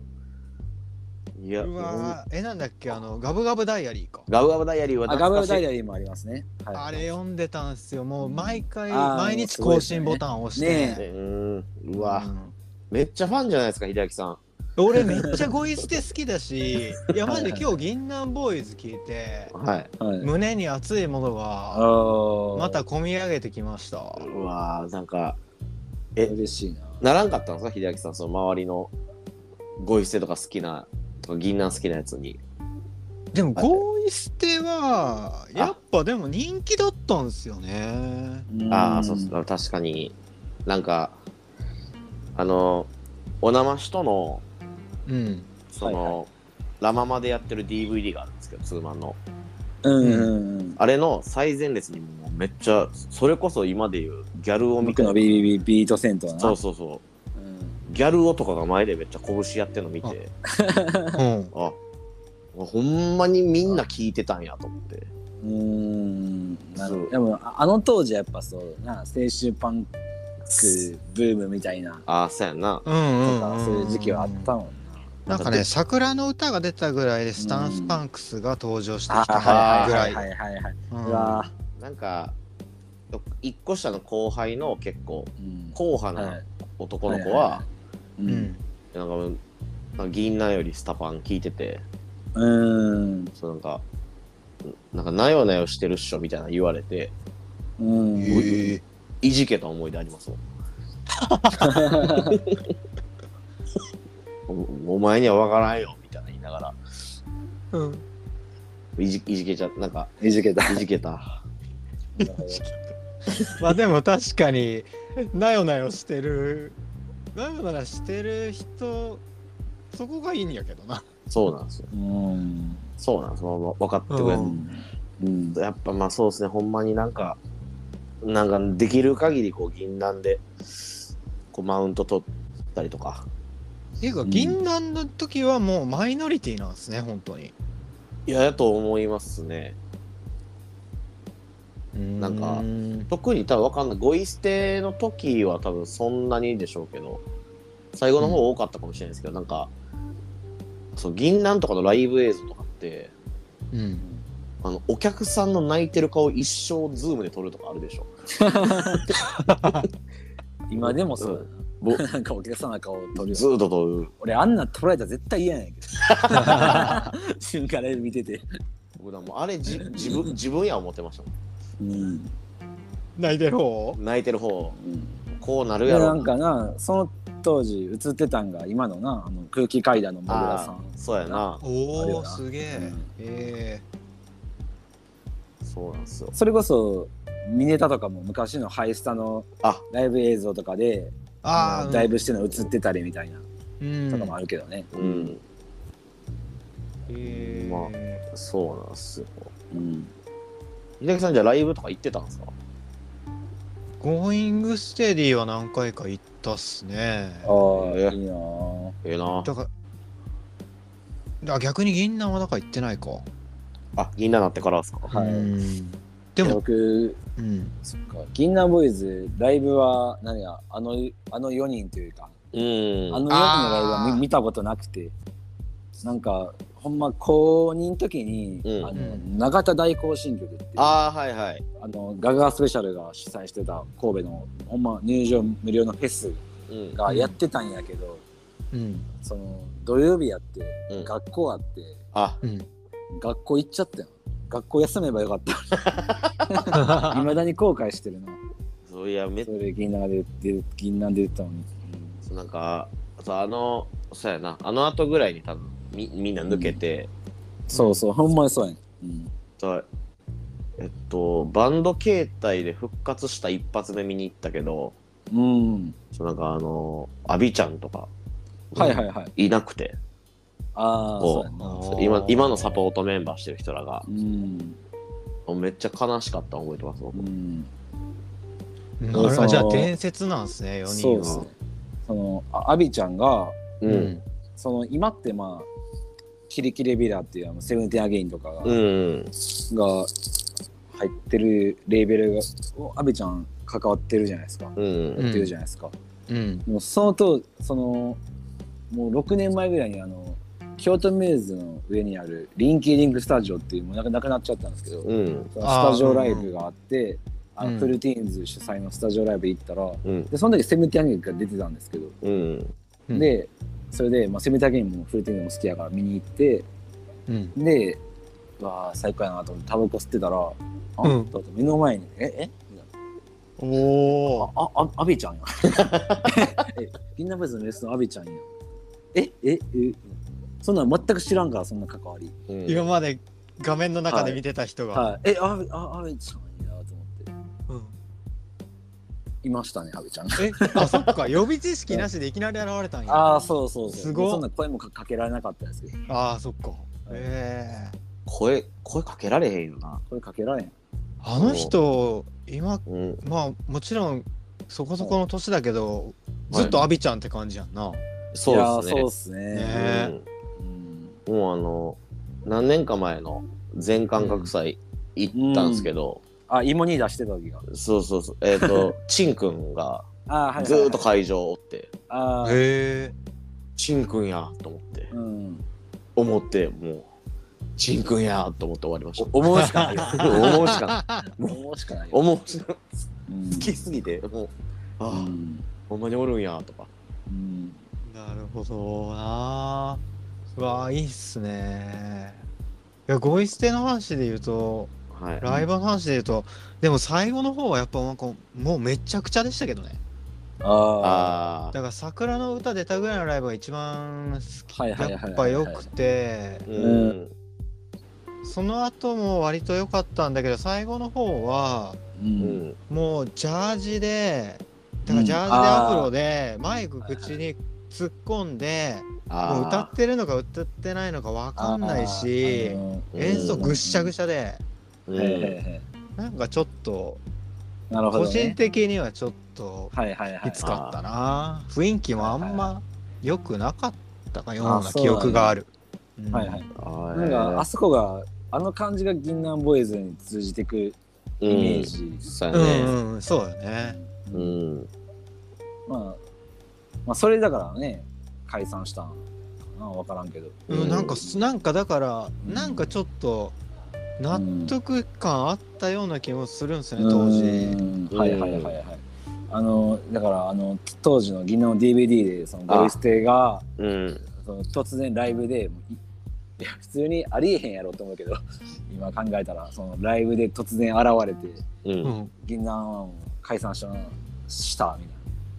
Speaker 2: いや、
Speaker 1: う
Speaker 2: も
Speaker 1: わーえなんだっけあのガブガブダイアリーか
Speaker 2: うガブガブダイアリーは
Speaker 3: あガ
Speaker 2: 懐
Speaker 3: ブ
Speaker 2: かし
Speaker 3: ガブ
Speaker 2: い
Speaker 3: ダイアリーもありますね。はい、
Speaker 1: あれ読んでたんすよもう毎回
Speaker 3: あー
Speaker 1: 毎日更新ボタンを押して、
Speaker 3: そうですねね
Speaker 2: うん
Speaker 1: うん
Speaker 2: うわ、めっちゃファンじゃないですか、秀明さん。
Speaker 1: 俺めっちゃゴイ捨て好きだしいやマジで今日銀杏ボーイズ聞いて
Speaker 2: はい。
Speaker 3: はい、
Speaker 1: 胸に熱いものが
Speaker 3: あ
Speaker 1: また込み上げてきました
Speaker 2: うわーなんか、え
Speaker 3: 嬉しいな。
Speaker 2: ならんかったんですか、秀明さん、その周りのゴイ捨てとか好きな、とか銀杏好きなやつに。
Speaker 1: でも
Speaker 2: はい
Speaker 1: ゴイ捨てはやっぱでも人気だったんすよね
Speaker 2: ああ、そうそう、確かに。なんか、あの、おなましとの、
Speaker 1: うん
Speaker 2: その、
Speaker 3: はい
Speaker 2: ラママでやってる DVD があるんですけど、ツーマンの。
Speaker 3: うんうんうん。
Speaker 2: あれの最前列にもうめっちゃ、それこそ今でいうギャルを見
Speaker 3: 僕
Speaker 2: て
Speaker 3: のビリビリビートセントはな。
Speaker 2: そうそうそう。
Speaker 3: うん
Speaker 2: ギャル男とかが前でめっちゃ拳やってるの見て、
Speaker 1: うん
Speaker 2: あほんまにみんな聞いてたんやと思って。
Speaker 3: うーん。な
Speaker 2: そ
Speaker 3: るほ
Speaker 2: う
Speaker 3: ど。でもああの当時やっぱそうな青春パンクブームみたいな
Speaker 2: ああ、そうやんな。
Speaker 1: うん
Speaker 3: と
Speaker 1: うん
Speaker 3: か
Speaker 1: うん
Speaker 3: そういう時期はあったもん
Speaker 1: な
Speaker 3: な。
Speaker 1: んかね桜の歌が出たぐらいでスタンスパンクスが登場してき
Speaker 3: ー
Speaker 1: たぐら
Speaker 3: はいいはいはいはいはい。
Speaker 1: うん
Speaker 3: うわー
Speaker 2: なんか、一個下の後輩の結構、
Speaker 3: うん
Speaker 2: 硬派な、
Speaker 3: はい
Speaker 2: 男の子は、
Speaker 3: う
Speaker 1: うんん。
Speaker 2: なんかうんなんか銀なんよりスタパン聞いてて
Speaker 3: うん
Speaker 2: そうなんかうんなんかなよなよしてるっしょみたいな言われて
Speaker 3: うん
Speaker 2: えいじけた思い出ありますもんおお前には分からんよみたいな言いながら
Speaker 1: うん。
Speaker 2: いじいじけちゃったなんか
Speaker 3: いじけた。
Speaker 2: いじけた
Speaker 1: まあでも確かになよなよしてるなよなよしてる人そこがいいんやけどな。
Speaker 2: そうなんですよ
Speaker 3: うん。
Speaker 2: そうなんですよわ分かってくれる、
Speaker 1: うん
Speaker 3: うん。
Speaker 2: やっぱまあそうですねほんまになんかなんかできる限りこう銀杏でこうマウント取ったりとか
Speaker 1: っていうか
Speaker 3: うん
Speaker 1: 銀杏の時はもうマイノリティなんですね本当に。
Speaker 2: いややと思いますね
Speaker 1: なん
Speaker 2: か
Speaker 1: うん
Speaker 2: 特に多分わかんないゴイ捨ての時は多分そんなにでしょうけど最後の方多かったかもしれないですけど、なんかそう銀杏とかのライブ映像とかって
Speaker 1: うん
Speaker 2: あのお客さんの泣いてる顔一生ズームで撮るとかあるでしょ
Speaker 3: 今でもそう
Speaker 2: ぼ
Speaker 3: や な。なんかお客さんの顔を撮るよ。
Speaker 2: ずーっと撮る
Speaker 3: 俺あんな撮られたら絶対嫌やね んけど。 瞬間で見てて。
Speaker 2: 僕らもうあれじ自分自分や思ってましたも
Speaker 3: うん。
Speaker 1: 泣いてる方
Speaker 2: ん泣いてる方
Speaker 3: うん
Speaker 2: こうなる
Speaker 3: で
Speaker 2: やろ
Speaker 3: な
Speaker 2: うん
Speaker 3: かなその当時映ってたんが今のなあの空気階段のモグラさん
Speaker 2: そうやな
Speaker 3: ある
Speaker 1: お
Speaker 3: よ
Speaker 1: お
Speaker 3: な
Speaker 1: すげえ。
Speaker 3: うん
Speaker 1: え
Speaker 2: そうなんですよ
Speaker 3: それこそミネタとかも昔のハイスタの
Speaker 2: あ
Speaker 3: ライブ映像とかで
Speaker 1: えああ
Speaker 3: ライブしてるの映ってたりみたいな
Speaker 1: うん
Speaker 3: とかもあるけどね
Speaker 2: うん
Speaker 1: え
Speaker 2: まそうなんですよ
Speaker 3: うん
Speaker 2: 秀樹さんじゃあライブとか行ってたんですか
Speaker 1: ゴーイングステディは何回か行ったっすね。
Speaker 3: ああ
Speaker 2: ええ
Speaker 3: いいなあ
Speaker 2: ええな
Speaker 1: だからだから逆に銀杏はなんか行ってないか。
Speaker 2: あ銀杏なってからですか
Speaker 3: はい
Speaker 1: うんでも、
Speaker 3: 僕
Speaker 1: うん、
Speaker 3: そっか銀杏ボーイズライブは何やあのあの4人というか
Speaker 2: う
Speaker 3: あ
Speaker 2: ん
Speaker 3: の4人のライブは
Speaker 1: あー
Speaker 3: 見見たことなくてなんかほんま公認時に、
Speaker 2: うん
Speaker 3: あ
Speaker 1: う
Speaker 3: の
Speaker 1: ん
Speaker 3: 永田大行進曲っていう
Speaker 2: ああはいはい
Speaker 3: あのガガースペシャルが主催してた神戸のほんま入場無料のフェス
Speaker 2: うん
Speaker 3: がやってたんやけど、
Speaker 1: うん、
Speaker 3: その土曜日やって、
Speaker 2: うん
Speaker 3: 学校あって
Speaker 2: あ
Speaker 1: うん。
Speaker 3: 学校行っちゃったよ学校休めばよ かったいまだに後悔してるな
Speaker 2: そういやめっ
Speaker 3: それ銀杏で言って銀杏で言ったのに、
Speaker 2: なんかそうあのそうやなあの後ぐらいに多分みみんな抜けて、
Speaker 3: そうそうほんまにそうやねん、
Speaker 2: だえっとバンド形態で復活した一発目見に行ったけど
Speaker 3: うんうん、
Speaker 2: そうなんかあのアビちゃんとか
Speaker 3: はいはいはい
Speaker 2: いなくて
Speaker 3: ああ
Speaker 2: お
Speaker 3: そうやんな
Speaker 1: あ
Speaker 2: そう
Speaker 1: ー
Speaker 2: 今今のサポートメンバーしてる人らが
Speaker 3: うん
Speaker 2: めっちゃ悲しかったの覚えてます僕
Speaker 3: うん
Speaker 1: うん
Speaker 3: そう
Speaker 1: あれはじゃあ伝説なんですね、4
Speaker 3: そう
Speaker 1: 人
Speaker 3: です
Speaker 1: は
Speaker 3: ね。そのあアビちゃんが
Speaker 2: うん
Speaker 1: うん
Speaker 3: その今ってまあキリキリビラっていうあのセブンティーンアゲインとかが,、
Speaker 2: うん、
Speaker 3: が入ってるレーベルがをアビちゃん関わってるじゃないですか、や
Speaker 2: うんうん
Speaker 3: ってるじゃないですか
Speaker 1: うん。
Speaker 3: もうそのとそのもう6年前ぐらいにあの京都ミューズの上にあるリンキーリンクスタジオっていうもうなくなくなっちゃったんですけど、
Speaker 2: うん
Speaker 3: そのスタジ
Speaker 1: あ
Speaker 3: オ
Speaker 1: ー
Speaker 3: ライブがあってあ
Speaker 1: うん
Speaker 3: のフルティーンズ主催のスタジオライブ行ったら、
Speaker 2: うん
Speaker 3: でその時セブンティーンアゲインが出てたんですけど
Speaker 2: うん
Speaker 1: うん
Speaker 3: でそれで、まあ、セミターゲームもフルティングも好きやから見に行って
Speaker 1: うん、
Speaker 3: でうわあ最高やなと思ってタバコ吸ってたらあ、
Speaker 1: うん
Speaker 3: だって目の前に「ええみたい
Speaker 1: お
Speaker 3: な
Speaker 1: お。
Speaker 3: あああアビちゃんや」 え「みんなブーズのレースのアビちゃんや」え「えええそんなん全く知らんからそんな関わり
Speaker 2: うん
Speaker 1: 今まで画面の中で見てた人」が。
Speaker 3: はい「えアビあアビちゃんや」と思って
Speaker 1: うん
Speaker 3: いましたねアビちゃんが
Speaker 1: え、あ、そっか、予備知識なしでいきなり現れたんや。
Speaker 3: ああそうそうそう
Speaker 1: すごっ
Speaker 3: そんな声もかかけられなかったですけど
Speaker 1: ああ、そっか。ええ
Speaker 2: 声声かけられへんよな
Speaker 3: 声かけられへん
Speaker 1: あの人、今、
Speaker 2: うん
Speaker 1: まあ、もちろん、そこそこの年だけど、
Speaker 2: はい
Speaker 1: ずっとアビちゃんって感じやんな。
Speaker 2: そうで
Speaker 3: いやーそうっ
Speaker 2: す
Speaker 3: す
Speaker 2: ね
Speaker 3: ね
Speaker 1: ねね
Speaker 3: うん
Speaker 2: うんもうあの何年か前の全感覚祭行ったんですけど、
Speaker 3: あ芋に出してた時が
Speaker 2: そうそうそうえっ、 とチンくんが
Speaker 3: あーはいはいはい
Speaker 2: ずーっと会場おって、
Speaker 3: あ
Speaker 1: へ
Speaker 3: あ、
Speaker 1: え
Speaker 2: チンくんやと思って
Speaker 3: うん。
Speaker 2: 思ってもうチンくんやと思って終わりました
Speaker 3: 思うしかないよ。
Speaker 2: 思うしかない
Speaker 3: 思うしかないよ。
Speaker 2: 思うしかない
Speaker 3: うん
Speaker 2: 好きすぎてもうあ
Speaker 3: うん
Speaker 2: ほんまにおるんやとか
Speaker 3: うん
Speaker 1: なるほどなうわいいっすねいやゴイステの話で言うと
Speaker 2: はい
Speaker 1: ライブの話で言うとでも最後の方はやっぱなんかもうめちゃくちゃでしたけどね
Speaker 3: あ
Speaker 2: あ
Speaker 1: だから桜の歌出たぐらいのライブが一番好き
Speaker 3: はいはいはい
Speaker 1: や
Speaker 3: はいはい
Speaker 1: っぱ良くて
Speaker 2: ーうん
Speaker 1: その後も割と良かったんだけど最後の方は
Speaker 3: あ、う、
Speaker 2: うんん
Speaker 1: もうジャージでだか
Speaker 3: う
Speaker 1: ら
Speaker 3: ん
Speaker 1: ジャージでアフロでマイク口に突っ込んでもう歌
Speaker 2: あ
Speaker 1: ってるのか歌ってないのか分かんないし
Speaker 2: あー
Speaker 1: 演奏ぐっしゃぐしゃで
Speaker 2: ーう
Speaker 3: う
Speaker 2: んん
Speaker 3: はいはいはい
Speaker 1: なんかちょっと
Speaker 3: なるほど、
Speaker 1: 個
Speaker 3: ね、
Speaker 1: 人的にはちょっと
Speaker 3: はいはいはい
Speaker 1: きつかったな雰囲気もあんま良くなかったかよ
Speaker 3: あ
Speaker 1: うな
Speaker 3: そう
Speaker 1: 記
Speaker 3: なんだ
Speaker 1: 憶がある。うん
Speaker 3: はいはい
Speaker 2: あ
Speaker 3: なんかあそこがあの感じが銀杏ボーイズに通じてくイ
Speaker 2: イ
Speaker 3: メージ、
Speaker 2: そう
Speaker 1: う
Speaker 2: や
Speaker 1: ん
Speaker 2: ね
Speaker 1: うんうん、そうだね。
Speaker 2: うん
Speaker 3: まあ、まあそれだからね解散したんかな分からんけど
Speaker 1: うん、なんか
Speaker 3: う
Speaker 1: なんかだから
Speaker 3: うん
Speaker 1: なんかちょっと納得感あったような気もするんですよね、
Speaker 3: うん
Speaker 1: 当時。
Speaker 3: はいはいはいはいあのだからあの当時の銀杏の DVD でそのボイステが
Speaker 2: うん
Speaker 3: その突然ライブでもういい や普通にありえへんやろと思うけど 今考えたらそのライブで突然現れて
Speaker 1: う
Speaker 2: う
Speaker 1: んん、
Speaker 3: 銀杏を解散したしたみ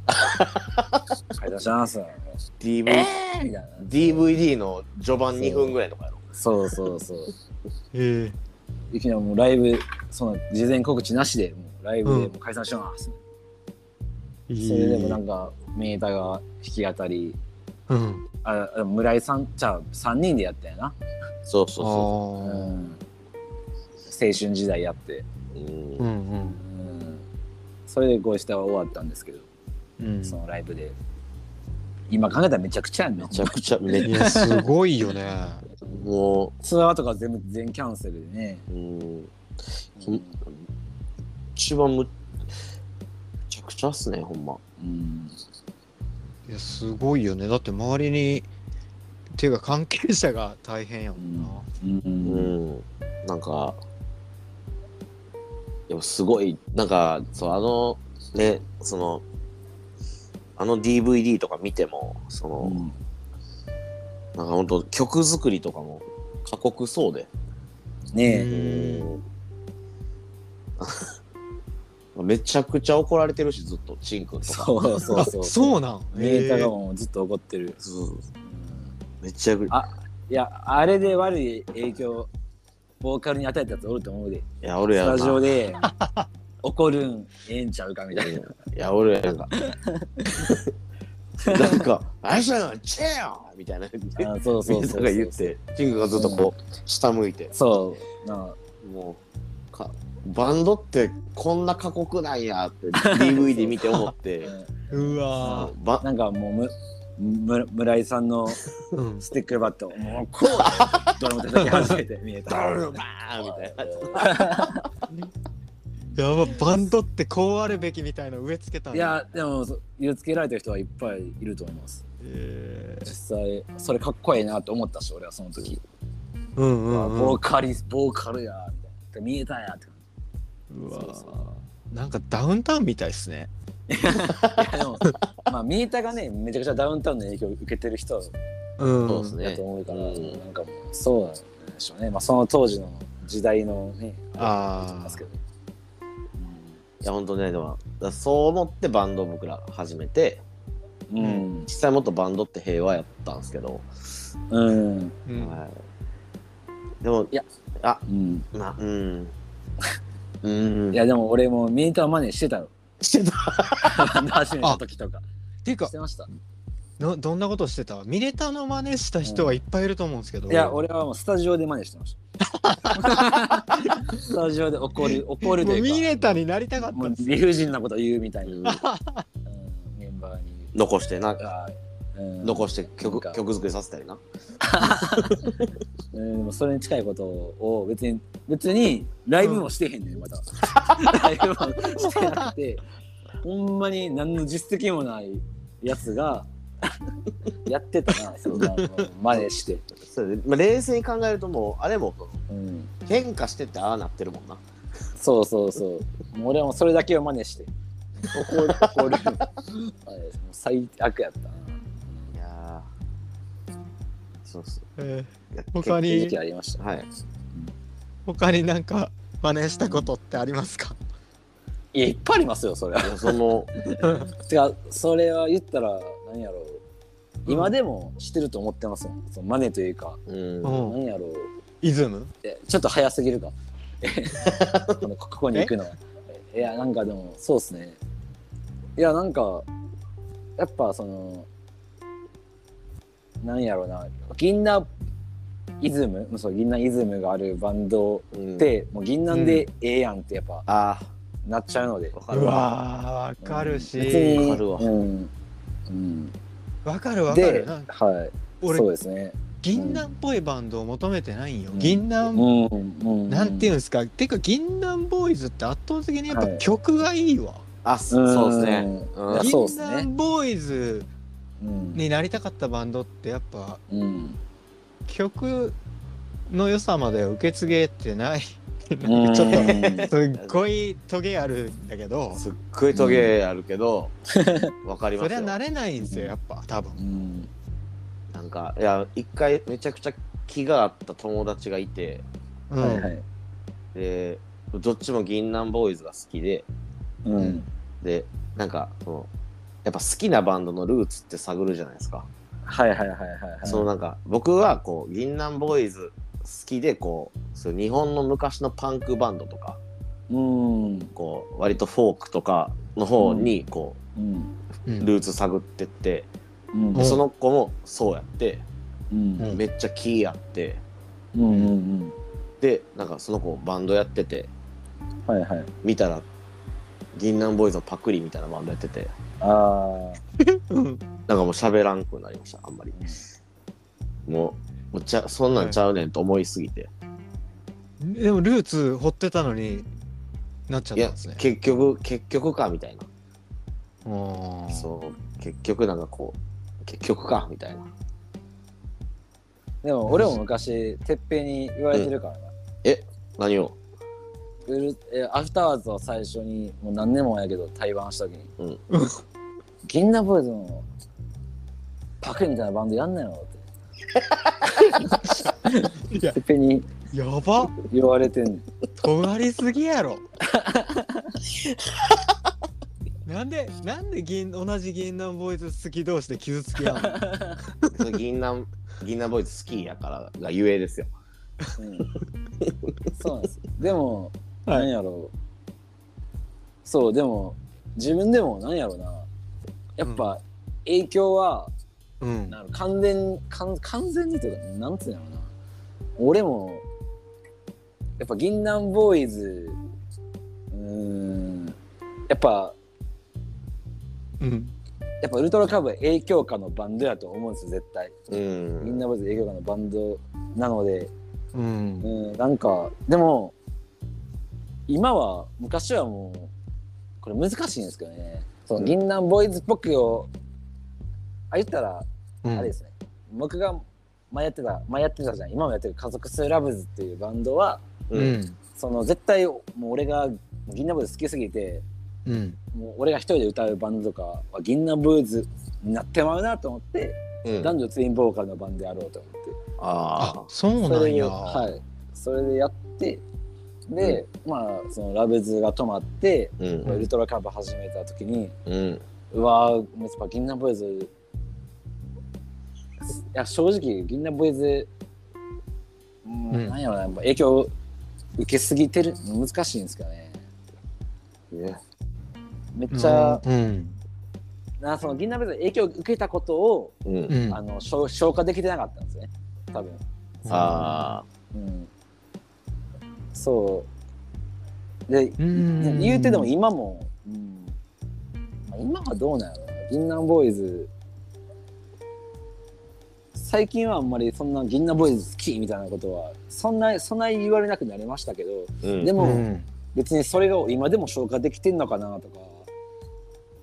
Speaker 3: た いな解散したんすよ
Speaker 2: DV
Speaker 3: みたいな
Speaker 2: DVD の序盤2分ぐらいとかやろ
Speaker 3: そうそうそう
Speaker 1: え
Speaker 3: いきなりもうライブその事前告知なしでもうライブでもう解散します、
Speaker 1: え
Speaker 3: それでもなんかメーターが弾き語り
Speaker 1: うん、
Speaker 3: あでも村井さんじゃあ3人でやったよな、
Speaker 2: そうそうそ
Speaker 3: うん
Speaker 1: ああ、
Speaker 3: 青春時代やって、
Speaker 2: うう
Speaker 1: う
Speaker 2: ん
Speaker 1: んうん
Speaker 3: うん、それでご一緒は終わったんですけど、
Speaker 1: うん
Speaker 3: そのライブで今考えたらめちゃくちゃやんな
Speaker 2: めちゃくちゃめ
Speaker 1: いやすごいよね。
Speaker 2: も
Speaker 3: ツアーとか全部全キャンセルでね、
Speaker 2: ううん
Speaker 3: う
Speaker 2: うんん一番むむちゃくちゃっすねほんま
Speaker 1: いやすごいよね。だって周りにっていうか関係者が大変やもんな。
Speaker 3: う
Speaker 2: う、
Speaker 3: ん
Speaker 2: んなんかでもすごいなんかそうあのねそのあの DVD とか見てもその、
Speaker 3: うん
Speaker 2: なんかほんと曲作りとかも過酷そうで
Speaker 1: う
Speaker 3: ね
Speaker 1: ん
Speaker 2: めちゃくちゃ怒られてるしずっとチンくん
Speaker 3: え
Speaker 2: とか
Speaker 3: そうそう
Speaker 1: あ
Speaker 3: そう
Speaker 1: そうなん。
Speaker 3: メーター
Speaker 1: へ
Speaker 3: が
Speaker 1: ー
Speaker 3: もうずっと怒ってる、
Speaker 2: そう
Speaker 3: うん
Speaker 2: めちゃくちゃ
Speaker 3: いや、あれで悪い影響、ボーカルに与えたやつおると思うで。
Speaker 2: いやおる
Speaker 3: ス
Speaker 2: やろ
Speaker 3: タ
Speaker 2: な
Speaker 3: ジオで怒るんええんちゃうかみたいな。
Speaker 2: いや、俺、なん か、なんか、あいつらのチェアみたいな、
Speaker 3: あそうそ
Speaker 2: み
Speaker 3: うんそ
Speaker 2: な
Speaker 3: う。
Speaker 2: が言って、キングがずっとこう、下向いて、
Speaker 3: そう。なあ
Speaker 2: もうか、バンドってこんな過酷なんや って、DVD 見て思って、
Speaker 1: うわ
Speaker 2: ば
Speaker 3: なんかもうむむ、村井さんのス
Speaker 1: ー。うん。
Speaker 3: ティックバット、もうこうドラム叩き始めて見えた。
Speaker 2: ダルバーンみたいな。
Speaker 1: やばバンドってこうあるべきみたいなの植え付けたん
Speaker 3: い
Speaker 1: だ。
Speaker 3: や、でも、そう言いつけられてる人はいっぱいいると思います。
Speaker 1: えー
Speaker 3: 実際、それかっこいいなと思ったし、俺はその時。
Speaker 1: うんう
Speaker 3: あ
Speaker 1: んうん
Speaker 3: ボーカリス、ボーカルや、みたいな。見えたんやって。
Speaker 1: うわ
Speaker 3: そうそ
Speaker 1: ーなんかダウンタウンみたいですね。
Speaker 3: いやでもまあミーターがねめちゃくちゃダウンタウンの影響を受けてる人
Speaker 1: うん。
Speaker 2: そうですね
Speaker 3: だと思うから、
Speaker 2: うん
Speaker 3: なんかもうそうなんでしょうね、まあ、その当時の時代のね
Speaker 1: あー
Speaker 3: れだと思いますけど、
Speaker 2: いや、ほんとね、でも、だからそう思ってバンド僕ら始めて、
Speaker 3: う
Speaker 2: 実
Speaker 3: ん
Speaker 2: 際もっとバンドって平和やったんですけど、
Speaker 3: うん
Speaker 1: うん
Speaker 2: はい、でも、
Speaker 3: いや、
Speaker 2: あ、
Speaker 3: うん
Speaker 2: まあ、 うん。うん。
Speaker 3: いやでも俺もミーター真似してたよ
Speaker 2: して た。
Speaker 3: バンド始めた時とか
Speaker 1: ていうか
Speaker 3: してました
Speaker 1: のどんなことしてたミネタの真似した人はいっぱいいると思うんですけど、
Speaker 3: いや俺はもうスタジオで真似してましたスタジオで怒る怒ると
Speaker 1: もうミ
Speaker 3: いう
Speaker 1: ネタになりたか
Speaker 3: か
Speaker 1: っ
Speaker 3: も
Speaker 1: た
Speaker 3: うん
Speaker 1: ですよ
Speaker 3: 理不尽なこと言うみたいな、
Speaker 2: うん
Speaker 3: うんメンバーに
Speaker 2: 残してな、
Speaker 3: あーうん
Speaker 2: 残して曲
Speaker 3: なんか
Speaker 2: 曲作りさせたりな。
Speaker 3: えーでもそれに近いことを別に別にライブもしてへんねんまた、 ライブもしてなくてほんまに何の実績もないやつが やってたなその真似して、
Speaker 2: そうねまあ、冷静に考えるともうあれも
Speaker 3: うん、
Speaker 2: 変化してってああなってるもんな。
Speaker 3: そうそうそうもう俺はもうそれだけを真似して怒る 怒るあれもう最悪やったない
Speaker 2: やーそうっす。
Speaker 1: え
Speaker 2: いや
Speaker 1: 他
Speaker 3: っていう
Speaker 1: に
Speaker 3: 時期ありました
Speaker 2: はい。
Speaker 1: 他になんか真似したことってありますか
Speaker 3: いやいっぱいありますよそれはい
Speaker 2: やその、
Speaker 3: てかそれは言ったら何やろう今でもしてると思ってますもんそのマネというか
Speaker 2: うん。
Speaker 1: うん
Speaker 3: 何やろう
Speaker 1: イズム
Speaker 3: えちょっと早すぎるかこのここに行くのいやなんかでもそうっすねいやなんかやっぱそのなんやろうな銀杏イズムそう銀杏イズムがあるバンド
Speaker 2: うん
Speaker 3: で、もう銀杏でええやんってやっぱ
Speaker 2: あ
Speaker 3: なっちゃうので
Speaker 2: あ、わかる
Speaker 1: う
Speaker 2: わ。
Speaker 1: わーわかる
Speaker 3: うん別に
Speaker 1: し
Speaker 2: わかるわ
Speaker 3: うんうん、
Speaker 1: わかるわか
Speaker 3: で
Speaker 1: るなんか
Speaker 3: はい
Speaker 1: 俺
Speaker 3: そうですね
Speaker 1: 銀杏っぽいバンドを求めてないんよ
Speaker 3: うん
Speaker 1: 銀
Speaker 3: う
Speaker 1: 杏
Speaker 3: んうん
Speaker 1: なんていうん
Speaker 3: う
Speaker 1: ですかてか銀杏ボーイズって圧倒的にやっぱ
Speaker 3: はい
Speaker 1: 曲がいいわ
Speaker 2: あ、そそうですね。
Speaker 3: うんいや
Speaker 2: うん
Speaker 3: そ
Speaker 1: 銀
Speaker 3: うっすね
Speaker 1: 杏ボーイズ
Speaker 3: うん、
Speaker 1: になりたかったバンドってやっぱ
Speaker 3: うん
Speaker 1: 曲の良さまで受け継げてない
Speaker 3: うん
Speaker 1: ちょっと
Speaker 3: うん
Speaker 1: すっごいトゲあるんだけど
Speaker 2: すっごいトゲあるけど、わかり
Speaker 1: そ
Speaker 2: ます
Speaker 1: れ
Speaker 2: よ。
Speaker 1: は慣れないんですよやっぱ多分
Speaker 3: うん
Speaker 2: なんか、いや、一回めちゃくちゃ気があった友達がいて、
Speaker 1: う
Speaker 3: はいは
Speaker 1: ん
Speaker 3: い
Speaker 2: で、どっちも銀杏ボーイズが好きで、
Speaker 3: うん
Speaker 2: で、なんか、その、やっぱ好きなバンドのルーツって探るじゃないですか。
Speaker 3: はいはいはいはいはい。
Speaker 2: そのなんか僕はこう銀杏ボーイズ好きでこうそう日本の昔のパンクバンドとか
Speaker 3: うん。うん。
Speaker 2: こう割とフォークとかの方にこ
Speaker 1: う
Speaker 2: うんルーツ探ってって、
Speaker 3: うん。
Speaker 1: うん
Speaker 2: その子もそうやって
Speaker 3: うん。
Speaker 1: うん
Speaker 2: めっちゃ気合って
Speaker 3: うんうん
Speaker 2: でなんかその子バンドやってて
Speaker 3: うん。はいはい。
Speaker 2: 見たら銀杏ボーイズのパクリみたいなバンドやってて
Speaker 3: あ
Speaker 1: うん
Speaker 2: なんかもう喋らんくなりましたあんまりもうもうちゃそんなんちゃうねんと思いすぎて、
Speaker 1: でもルーツ掘ってたのになっちゃっ
Speaker 2: い
Speaker 1: た
Speaker 2: や
Speaker 1: んですね
Speaker 2: 結局結局かみたいな
Speaker 1: うん
Speaker 2: そう結局なんかこう結局かみたいな
Speaker 3: あ。でも俺も昔、てっぺいに言われてるからな。
Speaker 2: 何を
Speaker 3: ウルえアフターワーズを最初に、もう何年も前やけど、対バンした時に。
Speaker 2: うん
Speaker 1: うん
Speaker 3: 銀杏ボーイズのパクみたいなバンドやんなよって。
Speaker 1: いや
Speaker 3: てっぺいに
Speaker 1: やば
Speaker 3: 言われてんねん
Speaker 1: 尖りすぎやろ なんでなんで銀同じ銀杏ボーイズ好き同士で傷つき合う の
Speaker 2: それ銀杏銀杏ボーイズ好きやからがゆえですよ
Speaker 3: うんそうなんですよでも、
Speaker 1: はい
Speaker 3: なんやろうそうでも自分でもなんやろうなやっぱ影響は、
Speaker 1: うん
Speaker 3: なんやろ完全完完全にというかなんつうんやろうな俺もやっぱ銀杏ボーイズうーんやっぱ
Speaker 1: うん
Speaker 3: やっぱウルトラカブは影響下のバンドやと思うんですよ絶対
Speaker 2: うん
Speaker 3: 銀杏ボーイズ影響下のバンドなので
Speaker 1: うん
Speaker 3: うん、なんかでも今は昔はもうこれ難しいんですけどねその銀杏ボーイズっぽくをあ言ったら
Speaker 1: うん
Speaker 3: あれですね、僕が前やってた前やってたじゃん今もやってる「家族数ラブズ」っていうバンドは
Speaker 1: う
Speaker 2: うん
Speaker 1: ん
Speaker 3: その絶対もう俺が銀杏ボーイズ好きすぎて
Speaker 1: うん
Speaker 3: もう俺が一人で歌うバンドとかは銀杏ボーイズになってまうなと思っ
Speaker 2: う
Speaker 3: て、
Speaker 2: ん
Speaker 3: 男女ツインボーカルのバンドやろうと思って。
Speaker 2: あ
Speaker 1: あ
Speaker 2: あ
Speaker 1: そう
Speaker 3: そ
Speaker 1: な
Speaker 3: れ
Speaker 1: ん
Speaker 3: で
Speaker 1: や、
Speaker 3: はい、それでやってで、まあそのラブズが止まって、
Speaker 2: う
Speaker 3: ウ
Speaker 2: ん
Speaker 3: ルトラカブ始めた時に
Speaker 2: うん
Speaker 3: うわーやっぱ銀杏ボーイズいや正直銀杏ボーイズ、うん
Speaker 1: うん
Speaker 3: なんやろなやっぱ影響受けすぎてる難しいんですかね
Speaker 2: ね
Speaker 3: めっちゃ、
Speaker 1: うん
Speaker 3: なその銀杏ボーイズの影響を受けたことを、
Speaker 2: う
Speaker 1: うんん
Speaker 3: あの消消化できてなかったんですね多分
Speaker 2: ああ
Speaker 3: うんそうで
Speaker 1: うん
Speaker 3: 言うてでも今も、うんまあ今はどうなんやろな銀杏ボーイズ最近はあんまりそんな銀杏ボーイズ好きみたいなことはそんなそんな言われなくなりましたけど
Speaker 2: うん
Speaker 3: で
Speaker 1: う
Speaker 3: も
Speaker 1: ん
Speaker 3: 別にそれが今でも消化できてんのかなとか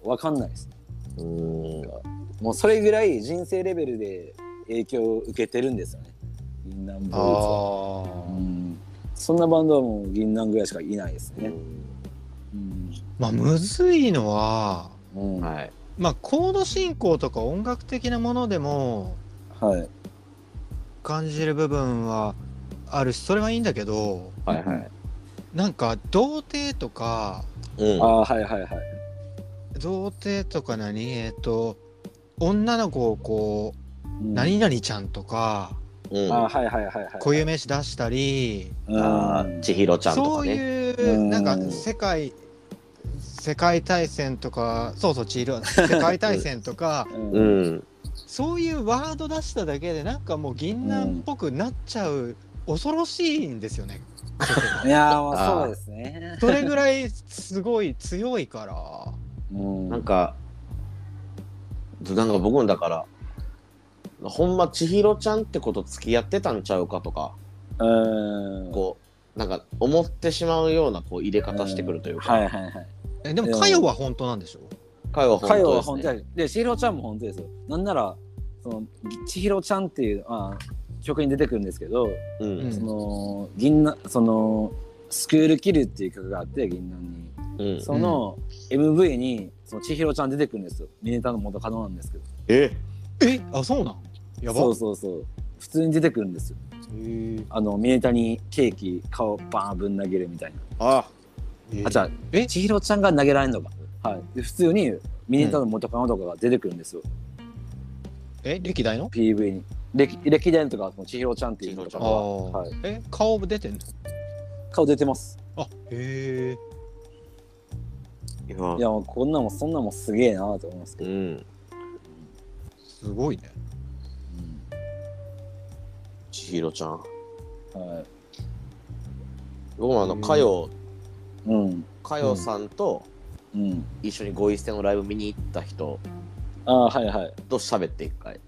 Speaker 3: わかんないです
Speaker 2: うん
Speaker 3: もうそれぐらい人生レベルで影響を受けてるんですよね銀杏ボーイズ
Speaker 1: あ
Speaker 3: は、う
Speaker 1: ー
Speaker 3: んそんなバンドはもう銀杏ぐらいしかいないですね、
Speaker 2: うん
Speaker 3: うん
Speaker 1: まあむずいのは
Speaker 3: うんは
Speaker 2: はい。
Speaker 1: まあコード進行とか音楽的なものでも
Speaker 3: い。
Speaker 1: 感じる部分はあるしそれはいいんだけど
Speaker 2: はいはい。
Speaker 1: なんか童貞とか
Speaker 2: うん。
Speaker 3: あ
Speaker 2: は
Speaker 3: あはいはいはい。
Speaker 1: 童貞とか何えっ、と女の子をこう
Speaker 3: う
Speaker 1: 「
Speaker 3: ん
Speaker 1: 何々ちゃん」とか
Speaker 2: うん、
Speaker 3: あ
Speaker 2: あ
Speaker 3: ーはいはいはいはい。
Speaker 1: 固有名詞出したり
Speaker 3: あ
Speaker 2: ー千尋ちゃんと
Speaker 1: そ
Speaker 2: か
Speaker 1: う
Speaker 2: ね。
Speaker 1: いうなんか
Speaker 3: うん
Speaker 1: 世界世界大戦とかそうそうチール世界大戦とか
Speaker 2: う
Speaker 3: うん。
Speaker 2: ん。
Speaker 1: そういうワード出しただけでなんかもう銀杏っぽくなっちゃう恐ろしいんですよね。
Speaker 3: いやーもうそうですね。
Speaker 1: それぐらいすごい強いから。
Speaker 3: うん
Speaker 2: なんか、なんか僕もだから、ほんま千尋ちゃんってこと付き合ってたんちゃうかとか、
Speaker 3: うん。
Speaker 2: こう、なんか思ってしまうようなこう入れ方してくるというか、
Speaker 3: はいはいはい。
Speaker 1: えで
Speaker 3: い
Speaker 1: も
Speaker 3: や
Speaker 1: かよは本当なんでしょ
Speaker 2: 会話
Speaker 3: かよは
Speaker 2: 本
Speaker 3: 本
Speaker 2: 当
Speaker 3: 当
Speaker 2: ですね。
Speaker 3: です。で、しひろちゃんも本当ですよ。なんなら、その、ちひろちゃんっていう、まあ、曲に出てくるんですけど、
Speaker 2: うん
Speaker 1: うん
Speaker 3: その、銀杏、その、スクールキルっていう曲があって、銀杏に。
Speaker 2: うん
Speaker 3: その、MV に、その、ちひろちゃん出てくるんですよ。ミネタの元カノなんですけど。
Speaker 2: え
Speaker 1: えあそうなんやば
Speaker 3: そうそうそう。普通に出てくるんですよ。
Speaker 1: へ
Speaker 3: あの、ミネタにケーキ、顔バーンぶん投げるみたいな。
Speaker 2: あ
Speaker 1: え
Speaker 3: あ、じゃあ、
Speaker 1: え
Speaker 3: ちひろちゃんが投げられるのか。はい。で、普通に、ミネタの元カノとかが出てくるんですよ。
Speaker 1: え歴代の
Speaker 3: PV に歴歴伝とかその千尋ちゃんっていうのと
Speaker 1: あ
Speaker 3: か
Speaker 2: あ
Speaker 3: は
Speaker 1: ー、
Speaker 3: はい
Speaker 1: え顔出てんの
Speaker 3: 顔出てます
Speaker 1: あへえ
Speaker 2: いや
Speaker 3: いやもうこんなもんそんなもんすげえなと思いますけ
Speaker 2: う
Speaker 3: ど、
Speaker 2: ん。
Speaker 1: すごいね
Speaker 2: 千尋ちゃん。
Speaker 3: はい
Speaker 2: 僕もあの、
Speaker 1: うん
Speaker 2: かよ、
Speaker 3: うん
Speaker 2: かよさんと
Speaker 3: うん
Speaker 2: 一緒にご一斉のライブ見に行った人
Speaker 3: ああはいはい
Speaker 2: と喋って一回。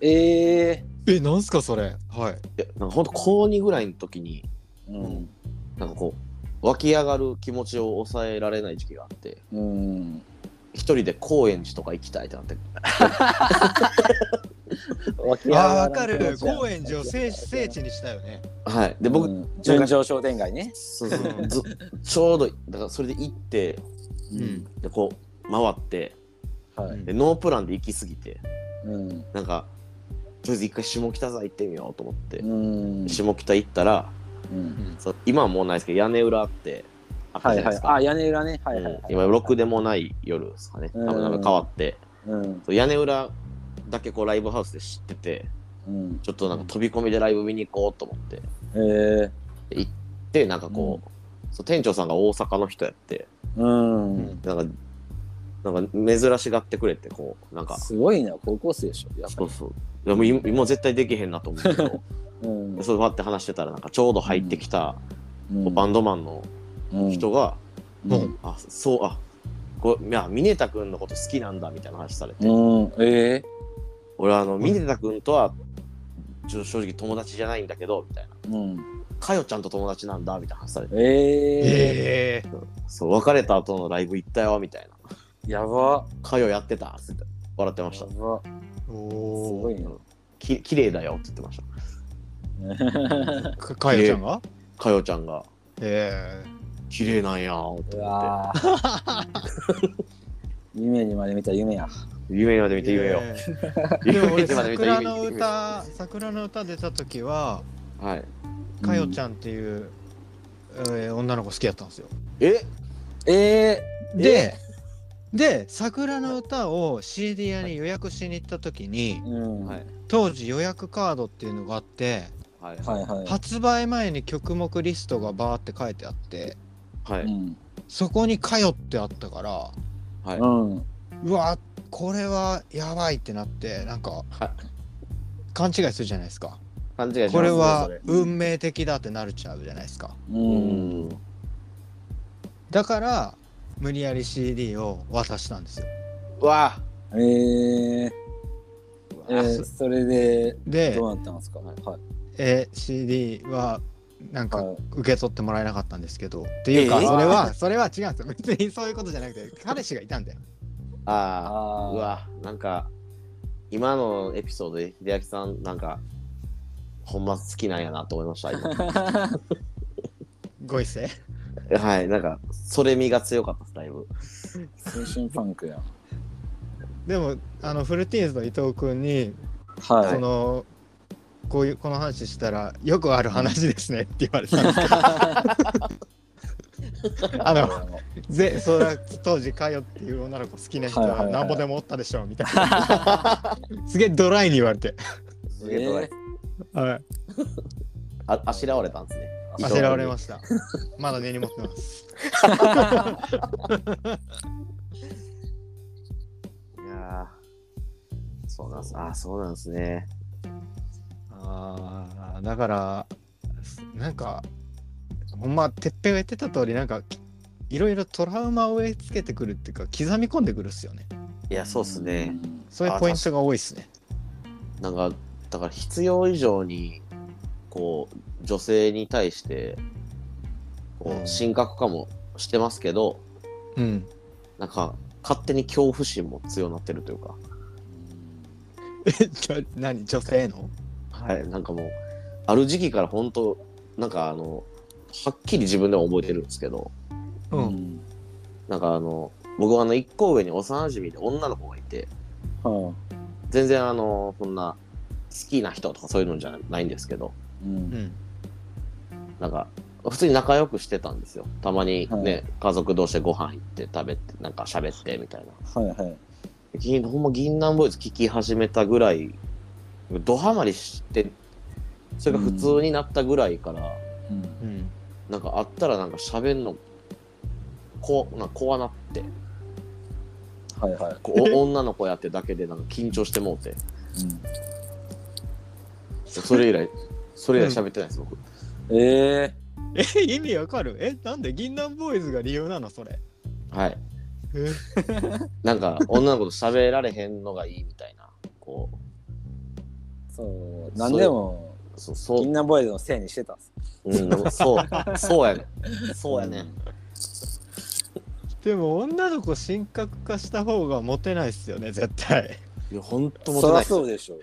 Speaker 3: ええ
Speaker 1: えなんすかそれはい
Speaker 2: いや、なんかほんと高2ぐらいの時に、
Speaker 3: うん
Speaker 2: なんかこう、湧き上がる気持ちを抑えられない時期があって、
Speaker 3: うん
Speaker 2: 一人で高円寺とか行きたいってなって、
Speaker 1: あわかる高円寺を聖
Speaker 3: 聖
Speaker 1: 聖地にしたよね
Speaker 2: はい。で、
Speaker 3: で
Speaker 2: 僕、
Speaker 3: 僕、うん純情商店街ね
Speaker 2: そうそうず ちょうど、だからそれで行って、
Speaker 1: うん
Speaker 2: で、こう、回って、
Speaker 3: はい
Speaker 2: で、ノープランで行き過ぎて、
Speaker 3: うん
Speaker 2: なんか、とりあえず一回下北沢行ってみようと思って、
Speaker 3: うん
Speaker 2: 下北行ったら、
Speaker 3: うん
Speaker 2: そう今はもうないですけど、屋根裏あって、あっ
Speaker 3: は
Speaker 2: たじ
Speaker 3: い
Speaker 2: ゃない
Speaker 3: は
Speaker 2: で
Speaker 3: い
Speaker 2: すか。
Speaker 3: あ屋根裏ねはいはい、
Speaker 2: うん
Speaker 3: はい、
Speaker 2: 今、ろくでもない夜ですかね。多分なんか変わって、
Speaker 3: うん
Speaker 2: そう屋根裏だけこうライブハウスで知ってて、
Speaker 3: うん
Speaker 2: ちょっとなんか飛び込みでライブ見に行こうと思って、
Speaker 3: ええ
Speaker 2: で行って、なんかこう、そう店長さんが大阪の人やって、
Speaker 3: うん、
Speaker 1: うん
Speaker 2: なんか、なんか珍しがってくれて、こう、なんか、
Speaker 3: すごいな高校生でしょやっぱ
Speaker 2: そうそう。いやもう今今絶対できへんなと思うけど、
Speaker 3: り、うん
Speaker 2: でそうわって話してたら、なんかちょうど入ってきた、
Speaker 3: うん
Speaker 2: バンドマンの人が、
Speaker 1: う
Speaker 3: うん
Speaker 1: ん
Speaker 2: あ、そう、あ、こういや、ミネタ君のこと好きなんだみたいな話されて、
Speaker 3: うん、ええ
Speaker 2: 俺はあの、ミネタ君とは、ちょ正直友達じゃないんだけど、みたいな。
Speaker 3: うん、
Speaker 2: かよちゃんと友達なんだみたいな話されて、
Speaker 3: ええ
Speaker 1: へえ
Speaker 2: そう、別れた後のライブ行ったよ、みたいな。
Speaker 3: やば、
Speaker 2: かよやってたって笑ってまし
Speaker 3: や
Speaker 2: た。
Speaker 3: ば、す
Speaker 1: お
Speaker 3: ご
Speaker 1: お
Speaker 3: いな。
Speaker 2: き綺麗だよって言ってました。
Speaker 1: かかよちゃんが
Speaker 2: かよちゃんが、
Speaker 1: へ
Speaker 2: 綺麗なんやーって
Speaker 3: う
Speaker 2: 思っ
Speaker 3: わー 夢にまで見た夢や。
Speaker 2: て、夢まで
Speaker 1: え
Speaker 2: 見て夢よ。
Speaker 1: でも俺
Speaker 2: 夢まで見た
Speaker 1: 桜の
Speaker 2: 夢
Speaker 1: 歌桜の歌出た時は
Speaker 2: はい。
Speaker 1: かよち
Speaker 3: ん。
Speaker 1: ゃんっていう、えー女の子好きだったんですよ
Speaker 2: え
Speaker 3: え
Speaker 1: で、で、桜の歌を CD 屋に予約しに行った時に、
Speaker 3: ー、うん、
Speaker 2: はい
Speaker 1: 当時予約カードっていうのがあって、
Speaker 2: はい
Speaker 3: はいは。
Speaker 1: 発売前に曲目リストがバーって書いてあって、
Speaker 2: はいい。
Speaker 1: そこにかよってあったから、
Speaker 2: はい
Speaker 3: うん、うん、
Speaker 1: うわ、これはやばいってなって、なんか
Speaker 2: はい、
Speaker 1: 勘違いするじゃないですか。
Speaker 2: 勘違いしますね
Speaker 1: これは
Speaker 2: それ
Speaker 1: 運命的だってなるちゃうじゃないですか。
Speaker 3: う、
Speaker 2: うんん。
Speaker 1: だから、無理やり CD を渡したんですよ。
Speaker 2: うわ
Speaker 3: ええ
Speaker 2: うわ
Speaker 3: えー、それで
Speaker 1: で、
Speaker 3: どうなったんですか。はい
Speaker 1: えー CD はなんか
Speaker 3: はい
Speaker 1: 受け取ってもらえなかったんですけど、っていうか
Speaker 2: えー
Speaker 1: それは、それは違うんですよ別にそういうことじゃなくて彼氏がいたんだよ
Speaker 2: あ
Speaker 3: あ
Speaker 2: あ
Speaker 3: あ、
Speaker 2: う、わなんか今のエピソードで秀明さんなんか ほんま好きなんやなと思いました今
Speaker 1: ご一世
Speaker 2: はい、なんか、それ味が強かったです、だいぶ。
Speaker 3: 青春パンクや。
Speaker 1: でもあのフルティーンズの伊藤君に、
Speaker 3: は
Speaker 1: そのこういうこの話したらよくある話です ねって言われたんですけどあの
Speaker 3: い。
Speaker 1: ぜそれは当時かよっていう女の子好きな人
Speaker 3: はいはい
Speaker 1: は
Speaker 3: はい
Speaker 1: なんぼでもおったでしょうみたいな すげえドライに言われて
Speaker 2: すげえドライ
Speaker 3: え
Speaker 1: はい
Speaker 2: あ、あしらわれたんですね。
Speaker 1: あせらわれ
Speaker 2: す。
Speaker 1: ましたまだ根に持ってます
Speaker 2: いやーそうなんです。あー、そうなんですね。
Speaker 1: あーだからなんかほんまてっぺんが言ってた通りなんかいろいろトラウマを植え付けてくるっていうか刻み込んでくるっすよね
Speaker 2: いや、そうっすね。。
Speaker 1: そういうポイントが多いっすね
Speaker 2: なんか、だから必要以上に、こう、女性に対して、こ
Speaker 1: うん
Speaker 2: う、神格化もしてますけど、
Speaker 1: うん
Speaker 2: なんか、勝手に恐怖心も強なってるというか、
Speaker 1: えじゃ何女性の
Speaker 2: はい、なんかもう、ある時期から本当なんかあの、はっきり自分でも覚えてるんですけど、
Speaker 1: う
Speaker 3: うんん。
Speaker 2: なんかあの、僕はあの、一個上に幼馴染で女の子がいて、
Speaker 3: は
Speaker 2: 全然あの、そんな、好きな人とかそういうのじゃないんですけど、
Speaker 3: い。うん
Speaker 1: う。ん
Speaker 2: なんか、普通に仲良くしてたんですよ。たまにね、
Speaker 3: は
Speaker 2: 家族同士でご飯行って食べて、なんか喋ってみたいな。
Speaker 3: はいはい。
Speaker 2: 銀ほんま銀杏ボーイズ聴き始めたぐらい、ドハマりして、それが普通になったぐらいから、
Speaker 3: うん。
Speaker 1: うん
Speaker 2: なんかあったらなんか喋んの、こう、なんか怖なって、
Speaker 3: はいは
Speaker 2: こうお女の子やってだけでなんか緊張してもうて、
Speaker 3: い。うん
Speaker 2: それ以来、それ以来喋ってないです、僕。
Speaker 3: ええ。
Speaker 1: え意味わかるえなんで銀杏ボーイズが理由なのそれ
Speaker 2: はい。
Speaker 1: え
Speaker 2: なんか女の子と喋られへんのがいいみたいな、こ
Speaker 3: そう。なんでも、
Speaker 2: う、そう、そう
Speaker 3: みんなボーイズのせいにしてたんです。
Speaker 2: うん、でもそう、そうやね。 そうやね。
Speaker 1: でも女の子神格化した方がモテないっすよね絶対
Speaker 2: いや、ほんとモテ
Speaker 3: そ
Speaker 2: ないっ
Speaker 3: りゃ
Speaker 2: すよ
Speaker 3: そうでしょ。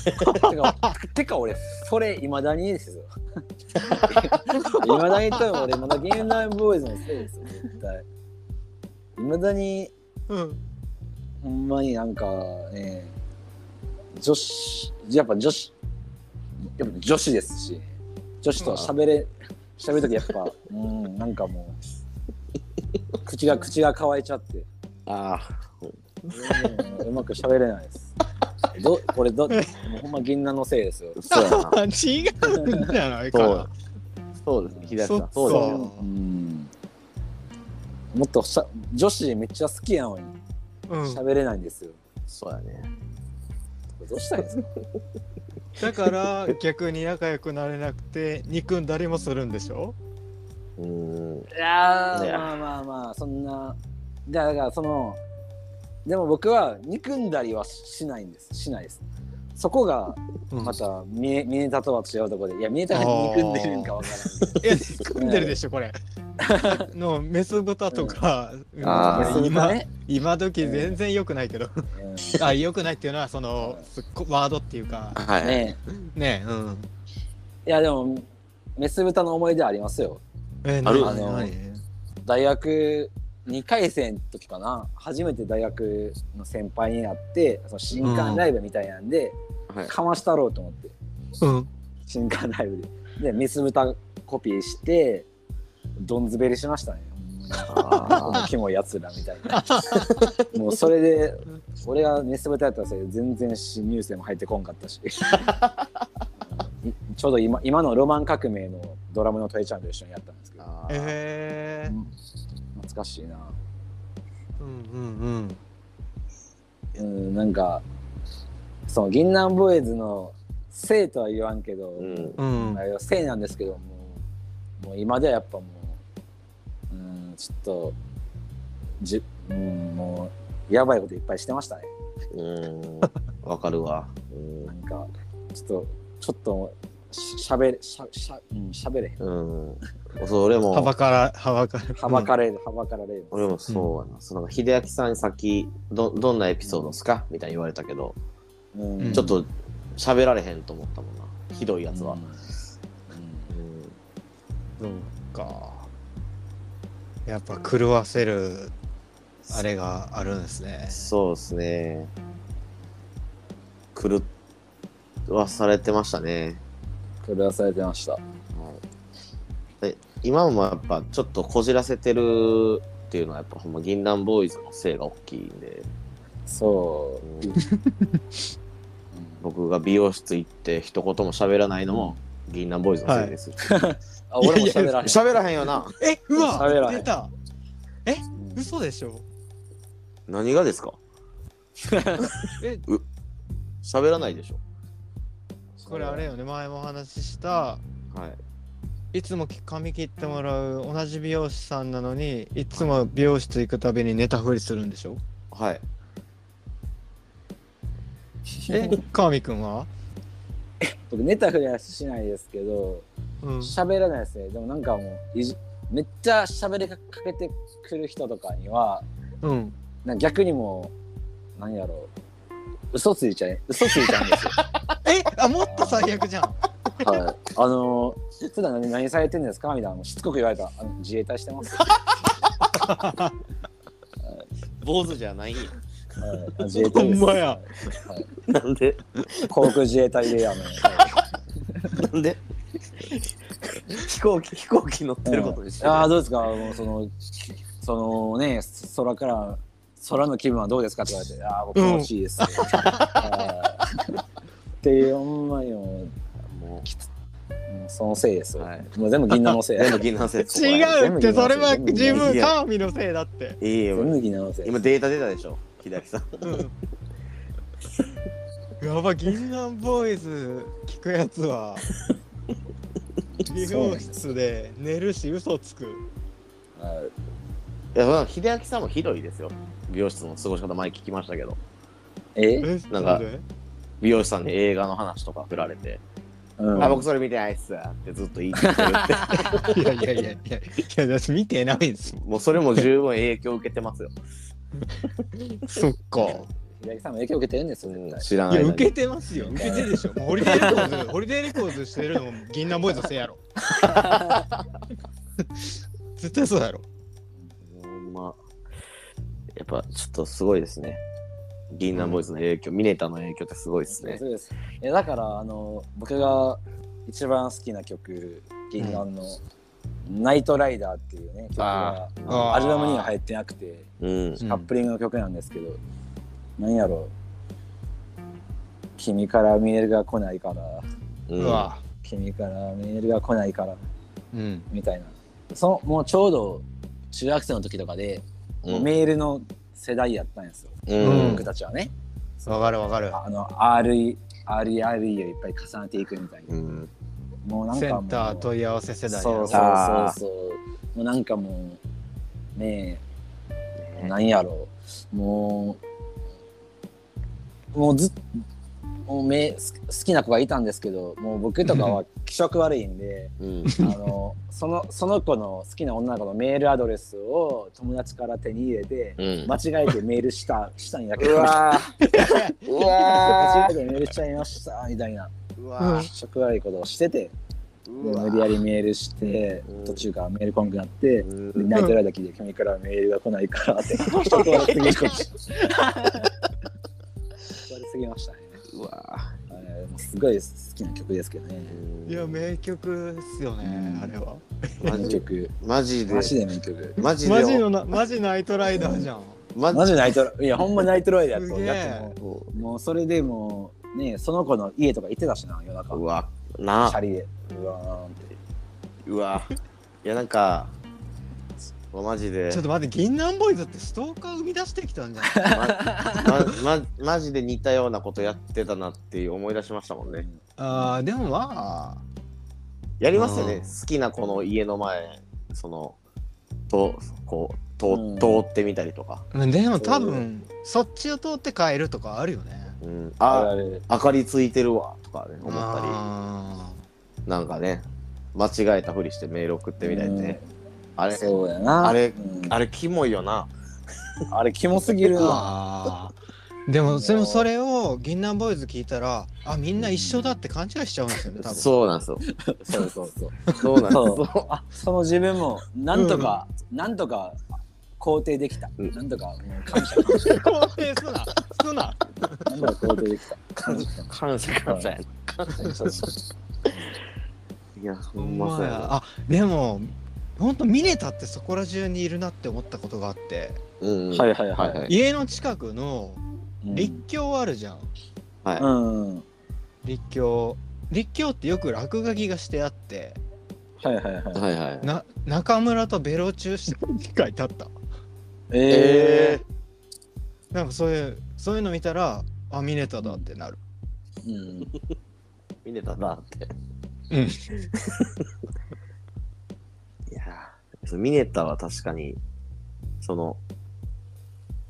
Speaker 3: てか、てか俺、それ、いまだにです よ。いまだに多分俺、まだゲームナインボーイズのせいですよ、絶対。いまだに、
Speaker 1: うん
Speaker 3: ほんまになんかね、女子、やっぱ女子、やっぱ女子ですし、女子と喋れ、喋るときやっぱ、うん、なんかもう、口が、口が乾いちゃって。
Speaker 2: ああ、
Speaker 3: うんうまく喋れないです。どこれどもうほんま銀杏のせいですよ。
Speaker 2: そうやな。
Speaker 1: 違うんじゃないか
Speaker 2: そう
Speaker 1: な。
Speaker 2: そうですね、
Speaker 1: そ
Speaker 2: 左さ
Speaker 1: っ
Speaker 2: ん。
Speaker 1: か
Speaker 2: そうですね。
Speaker 3: うんもっとしゃ女子めっちゃ好きやのに
Speaker 1: うん
Speaker 3: 喋れないんですよ。
Speaker 2: そうやね。
Speaker 3: これどうしたらいいですか
Speaker 1: だから逆に仲良くなれなくて憎んだりもするんでしょ
Speaker 2: うーん。
Speaker 3: いや
Speaker 2: ーいや
Speaker 3: まあまあまあそんなだからだからそのでも僕は憎んだりはしないんですしないです。そこが
Speaker 1: うん
Speaker 3: また見え見えたとは違うところでいや見えたら憎んでるんかわからんけど
Speaker 1: いや憎んでるでしょこ れのメス豚とかうん
Speaker 2: あ
Speaker 3: 別
Speaker 2: ー
Speaker 3: に
Speaker 1: 今
Speaker 3: ね
Speaker 1: 今時全然良くないけど
Speaker 3: うん
Speaker 1: あ良くないっていうのはそのすっごワードっていうか
Speaker 2: はい。
Speaker 3: ね
Speaker 1: ねえうん
Speaker 3: いやでもメス豚の思い出ありますよ
Speaker 1: え
Speaker 2: ある
Speaker 1: 何
Speaker 3: あの
Speaker 1: 何
Speaker 3: 大学2回生の時かな初めて大学の先輩になってその新刊ライブみたいなんで、
Speaker 2: はい。
Speaker 3: かましたろうと思って
Speaker 1: うん
Speaker 3: 新刊ライブででメス豚コピーしてドンズベりしましたねこ
Speaker 2: あ
Speaker 3: のキモいやつらみたい なもうそれで俺がメス豚やったらせいで全然新入生も入ってこんかった しいちょうど今今の「ロマン革命」のドラムのトエちゃんと一緒にやったんですけど
Speaker 2: あー。
Speaker 1: えー
Speaker 3: 懐かしいな
Speaker 1: うんうんうん
Speaker 3: うんなんかその銀杏ボーイズのせいとは言わんけど、
Speaker 2: うん。
Speaker 1: うん
Speaker 3: あれはせいなんですけどもうもう今ではやっぱもううんちょっとじ、うん、もうやばいこといっぱいしてましたね
Speaker 2: うーん。わかるわ。うん
Speaker 3: なんかちょっとちょっとししゃべれしゃしゃ、うん、しゃべれへん
Speaker 2: うん。そう、俺
Speaker 1: は
Speaker 2: も
Speaker 1: ば、からはばから
Speaker 3: はばかれる、はばかられる
Speaker 2: 俺もそうやな。その、秀明さんにさっき、ど、どんなエピソードですかみたいに言われたけど、
Speaker 3: うん
Speaker 1: うん
Speaker 2: ちょっと喋られへんと思ったもんな。ひどいやつは。
Speaker 3: うん
Speaker 2: うん
Speaker 1: そうかやっぱ狂わせるあれがあるんですね。
Speaker 2: そうですね。狂わされてましたね。
Speaker 3: 狂わされてました
Speaker 2: で今もやっぱちょっとこじらせてるっていうのはやっぱほんま銀杏ボーイズのせいが大きいんで、
Speaker 3: そ
Speaker 2: う
Speaker 3: う
Speaker 2: ん僕が美容室行って一言も喋らないのも銀杏ボーイズのせいです。
Speaker 3: あ俺
Speaker 1: いや
Speaker 3: も
Speaker 1: い
Speaker 3: 喋
Speaker 1: や
Speaker 3: らへん
Speaker 2: 喋、らへんよな。
Speaker 1: え、う
Speaker 3: 喋ら
Speaker 1: わ
Speaker 3: へん
Speaker 1: 出た
Speaker 3: うん
Speaker 1: 嘘でしょ
Speaker 2: 何が ですか
Speaker 1: え、
Speaker 2: 喋らないでしょ。
Speaker 1: これあれよね、前もお話しした、
Speaker 2: はい。
Speaker 1: いつも髪切ってもらう同じ美容師さんなのに、いつも美容室行くたびに寝たふりするんでしょ
Speaker 2: はい。
Speaker 1: え、川見くんは
Speaker 3: 僕ネタフリはしないですけど
Speaker 1: うん。
Speaker 3: 喋らないですねでもなんかもういじめっちゃ喋りかけてくる人とかには
Speaker 1: うん。
Speaker 3: なんか逆にもう何やろう嘘ついちゃい嘘ついちゃう んですよ、
Speaker 1: え、あ、もっと最悪じゃん。
Speaker 3: はい、あのー普段何何されてんですかみたいなのしつこく言われたらあの自衛隊してます、は
Speaker 2: 坊主じゃないんや。
Speaker 3: い、自衛隊です
Speaker 1: ほんまや
Speaker 3: はい
Speaker 2: なんで
Speaker 3: 航空自衛隊でやめ、
Speaker 2: なんで飛行機飛行機乗ってることにしてる
Speaker 3: ああどうですかもうそのそのね空から空の気分はどうですかって言われて「ああ僕
Speaker 1: うん
Speaker 3: 欲しいです」はいっていうほんまにも
Speaker 2: も
Speaker 3: うもうそのせいです、
Speaker 2: はい
Speaker 3: もう全部銀杏のせ
Speaker 2: う
Speaker 3: い
Speaker 2: 全部銀杏セット
Speaker 1: 違うって、
Speaker 3: 全部
Speaker 1: それは
Speaker 3: 全部
Speaker 1: 自分、
Speaker 2: いや
Speaker 1: 川見のせいだって。
Speaker 2: ういい
Speaker 3: 全
Speaker 2: よ
Speaker 3: 部銀杏のせい
Speaker 2: 今データ出たでしょ左さん
Speaker 1: うん。やば、銀杏ボーイズ聞くやつは、美容室で寝るし、嘘つく。
Speaker 3: はい
Speaker 2: いやまあ秀明さんも広いですよ美容室の過ごし方前聞きましたけど
Speaker 3: え、
Speaker 1: え、
Speaker 2: なん
Speaker 1: な
Speaker 2: か
Speaker 1: んで
Speaker 2: 美容師さんに映画の話とか振られて「
Speaker 3: うん
Speaker 2: あ僕それ見てないっす」ってずっと言い続ける って
Speaker 1: いやいやいやいや、いや私見てないんですよ。
Speaker 2: もうそれも十分影響受けてますよ、
Speaker 1: そっか。
Speaker 3: 平木さんも影響受けてるんですよ
Speaker 2: うん
Speaker 3: 絶対
Speaker 2: 知ら
Speaker 1: い
Speaker 2: な
Speaker 1: や、
Speaker 2: い
Speaker 1: 受けてますよ。受けてるでしょ。もうホリデーレコーズ、ホリデーレコーズしてるのも銀杏ボーイズのせいや ろ。絶対そうやろ。
Speaker 2: ほんまやっぱちょっとすごいですね銀杏ボーイズの影響、ミネタの影響ってすごいですね
Speaker 3: そうですえだからあの僕が一番好きな曲銀杏の「ナイトライダー」っていうね曲が
Speaker 1: あー
Speaker 3: アルバムには入ってなくて
Speaker 2: うん
Speaker 1: うん
Speaker 3: カップリングの曲なんですけど、なんやろ君からメールが来ないから
Speaker 2: うん
Speaker 1: うわ。
Speaker 3: 君からメールが来ないから
Speaker 1: うん。
Speaker 3: みたいなそのもうちょうど中学生の時とかで、
Speaker 2: う
Speaker 3: もうんメールの世代やったんですよ、
Speaker 2: うん
Speaker 3: 僕たちはね
Speaker 1: わかるわかる。
Speaker 3: あの RE RERE をいっぱい重ねていくみたいな、
Speaker 2: うん
Speaker 3: もうなんか
Speaker 1: セ
Speaker 3: もう
Speaker 1: ンター問い合わせ世代や
Speaker 3: そう
Speaker 1: ろ
Speaker 3: そうそうそうもうなんかもうねえなんやろうもうもうずっもうめす好きな子がいたんですけどもう僕とかは気色悪いん で
Speaker 2: うん
Speaker 3: あのそのその子の好きな女の子のメールアドレスを友達から手に入れて
Speaker 2: うん
Speaker 3: 間違えてメールしたしたんやけ
Speaker 2: う
Speaker 3: ど
Speaker 2: わーう
Speaker 3: 間
Speaker 2: わ
Speaker 3: 違えてメールしちゃいましたみたいな
Speaker 2: ーうわ
Speaker 3: 気色悪いことをしてて
Speaker 2: ー
Speaker 3: で
Speaker 2: うわ
Speaker 3: 無理やりメールして
Speaker 2: うん
Speaker 3: 途中からメール来なくなって。
Speaker 2: ー
Speaker 3: ナイトライダー聞いて君からメールが来ないからって、ちょっと悪すぎました。悪すぎましたね。
Speaker 2: うわ
Speaker 3: えーもうすごい好きな曲ですけどね。
Speaker 2: ー
Speaker 1: いや、名曲っすよね、あれは。
Speaker 2: マ
Speaker 3: 名
Speaker 2: ジ
Speaker 3: 曲。
Speaker 2: マジで
Speaker 3: マジで名曲。
Speaker 2: マジで
Speaker 1: マジのな、マジナイトライダーじゃん。
Speaker 2: マ
Speaker 3: マ
Speaker 2: ジ
Speaker 3: ジナイトラいや、ほんまナイトライダーやと。
Speaker 1: すげえ
Speaker 3: だってもう、もうそれでもう、ね、その子の家とか行ってたしな、夜中
Speaker 2: う。わ
Speaker 3: チャ
Speaker 2: な
Speaker 3: リで。うわーんって。
Speaker 2: うわいやなんかマジで
Speaker 1: ちょっと待って、銀杏ボーイズってストーカー生み出してきたんじゃない
Speaker 2: まままマジで似たようなことやってたなって思い出しましたもんね
Speaker 1: あー、でもまあ、
Speaker 2: やりますよね
Speaker 1: うん
Speaker 2: 好きな子の家の前そのとこうと
Speaker 3: うん
Speaker 2: 通ってみたりとか、
Speaker 1: でも多分そっちを通って帰るとかあるよね
Speaker 2: うん、
Speaker 3: あ
Speaker 2: あ
Speaker 3: れあれ
Speaker 2: 明かりついてるわとかね思ったり
Speaker 1: あ
Speaker 2: なんかね間違えたふりしてメール送ってみたりね、あれ
Speaker 3: そうやな。
Speaker 2: あれ
Speaker 3: うん
Speaker 2: あれキモいよな
Speaker 3: あれ、キモすぎる
Speaker 1: ー
Speaker 3: な。
Speaker 1: あーでもそれもそれをを銀南ボーイズ聞いたらあみんな一緒だって勘違いしちゃうんですよね多分
Speaker 2: そうなんですよ。
Speaker 3: そうそうそう。
Speaker 2: そうなんですよ。
Speaker 3: あその自分もなんとか、なんとか肯定できた。
Speaker 2: うん
Speaker 3: なんとかもう感 謝。
Speaker 1: 肯定すなすな
Speaker 3: なんとか肯定できた。感謝。
Speaker 2: 感謝感謝やな。
Speaker 3: そうそう
Speaker 2: いや、
Speaker 1: ほ
Speaker 2: ほん
Speaker 1: ん
Speaker 2: ま
Speaker 1: ま
Speaker 2: そうや
Speaker 1: や
Speaker 2: な。
Speaker 1: あでも本当ミネタってそこら中にいるなって思ったことがあって
Speaker 2: うんうん。
Speaker 3: はいはいはい
Speaker 2: はいはい。
Speaker 1: 家の近くの立教あるじゃん、
Speaker 2: はい
Speaker 3: うん。うん
Speaker 1: 立教立教ってよく落書きがしてあって
Speaker 3: はいはいはい。
Speaker 2: はいはい。
Speaker 1: な中村とベロ中した機会だった
Speaker 3: ええ
Speaker 1: なんかそういうそういうの見たらあミネタだってなる
Speaker 3: うん。
Speaker 2: 見れたなって。
Speaker 1: うん
Speaker 2: いやーそうミネタは確かに、その、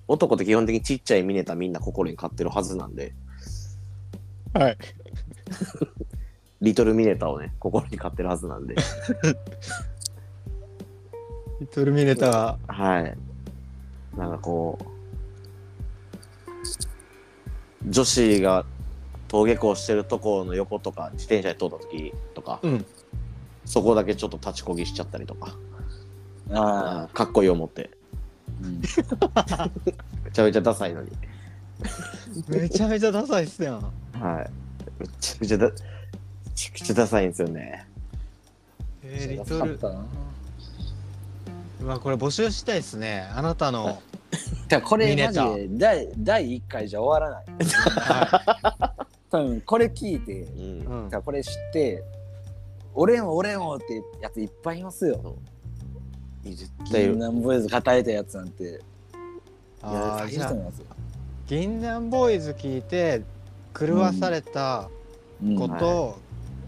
Speaker 2: 男って基本的にちっちゃいミネタみんな心に飼ってるはずなんで、
Speaker 1: はい
Speaker 2: リトルミネタをね、心に飼ってるはずなん で、
Speaker 1: リトルミネタは
Speaker 2: はい。なんかこう、女子が登下校してるとこの横とか、自転車で通った時とか、
Speaker 1: うん
Speaker 2: そこだけちょっと立ちこぎしちゃったりとか、
Speaker 3: ああ。
Speaker 2: かっこいい思って、
Speaker 3: うん
Speaker 2: めちゃめちゃダサいのに。
Speaker 1: めちゃめちゃダサいっすやん
Speaker 2: はい。めちゃくちゃだ、めちゃくちゃダサいんですよね。
Speaker 1: えー、リ
Speaker 3: 知
Speaker 1: ト
Speaker 3: らな
Speaker 1: ル
Speaker 3: かったな
Speaker 1: まあこれ募集したいですねあなたの
Speaker 3: てかこれ
Speaker 1: ミ
Speaker 3: マ
Speaker 1: ネ
Speaker 3: ジ
Speaker 1: タ
Speaker 3: で第第一回じゃ終わらない。
Speaker 1: は
Speaker 3: 多分これ聞いて、
Speaker 2: う
Speaker 1: い、
Speaker 2: ん。
Speaker 1: うん
Speaker 3: て、かこれ知って、俺も俺もってやついっぱいいますよ。
Speaker 2: 絶対い
Speaker 3: 銀
Speaker 2: る。
Speaker 3: 南ボーイズ語れたやつなんて、
Speaker 1: あ
Speaker 3: 大
Speaker 1: ー
Speaker 3: し
Speaker 1: じゃ
Speaker 3: た
Speaker 1: あ
Speaker 3: やつ。
Speaker 1: 銀杏ボーイズ聞いて狂わされた
Speaker 3: うん
Speaker 1: こ
Speaker 2: ん
Speaker 1: と、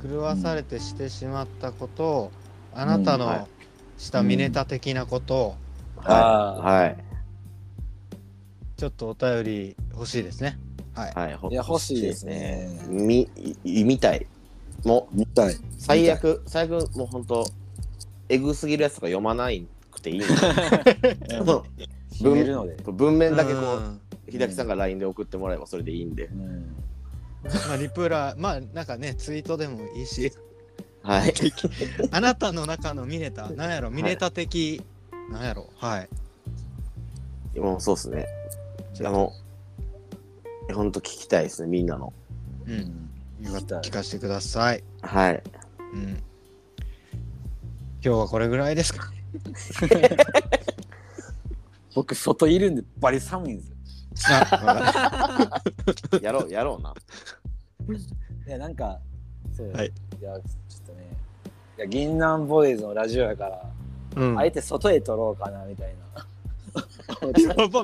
Speaker 1: 狂わされてしてしまったこと、あなた
Speaker 2: うんはい
Speaker 1: のしたミネタ的なこと、
Speaker 3: あー
Speaker 2: はい。
Speaker 1: ちょっとお便り欲しいですね。はい。
Speaker 2: はい。はい
Speaker 3: いや欲しいですね
Speaker 2: 欲しいですねみ、いみたい。もう、
Speaker 3: みたい。
Speaker 2: 最悪、最悪、もう本当えぐすぎるやつとか読まないくていい のそ
Speaker 3: 決めるので。
Speaker 2: の文面だけこ
Speaker 1: う
Speaker 2: う、
Speaker 1: ん
Speaker 2: ひだきさんが LINE で送ってもらえばそれでいいんで。
Speaker 3: うん
Speaker 1: まあリプラ まあなんかねツイートでもいい し、
Speaker 2: はい。
Speaker 1: あなたの中のミネタなんやろミネタ的、なんやろはい。
Speaker 2: もうそうっすね。
Speaker 1: じ
Speaker 2: あ
Speaker 1: ゃあ
Speaker 2: の、ほんと聞きたいですね、みんなの。
Speaker 1: うん。よかった
Speaker 3: 聞
Speaker 1: 聞
Speaker 3: きたい
Speaker 1: かせてください。
Speaker 2: はい。
Speaker 1: うん。今日はこれぐらいですか。
Speaker 3: 僕、外いるんでバリ寒いんですよ。
Speaker 1: あ
Speaker 2: やろう、 やろうな。
Speaker 3: いや、なんか、そう。
Speaker 1: はい
Speaker 3: や、ちょっとね、いや、銀杏ボーイズのラジオやか ら、
Speaker 1: うん。
Speaker 3: あえて外へ撮ろうかな、みたいな。
Speaker 1: やっぱ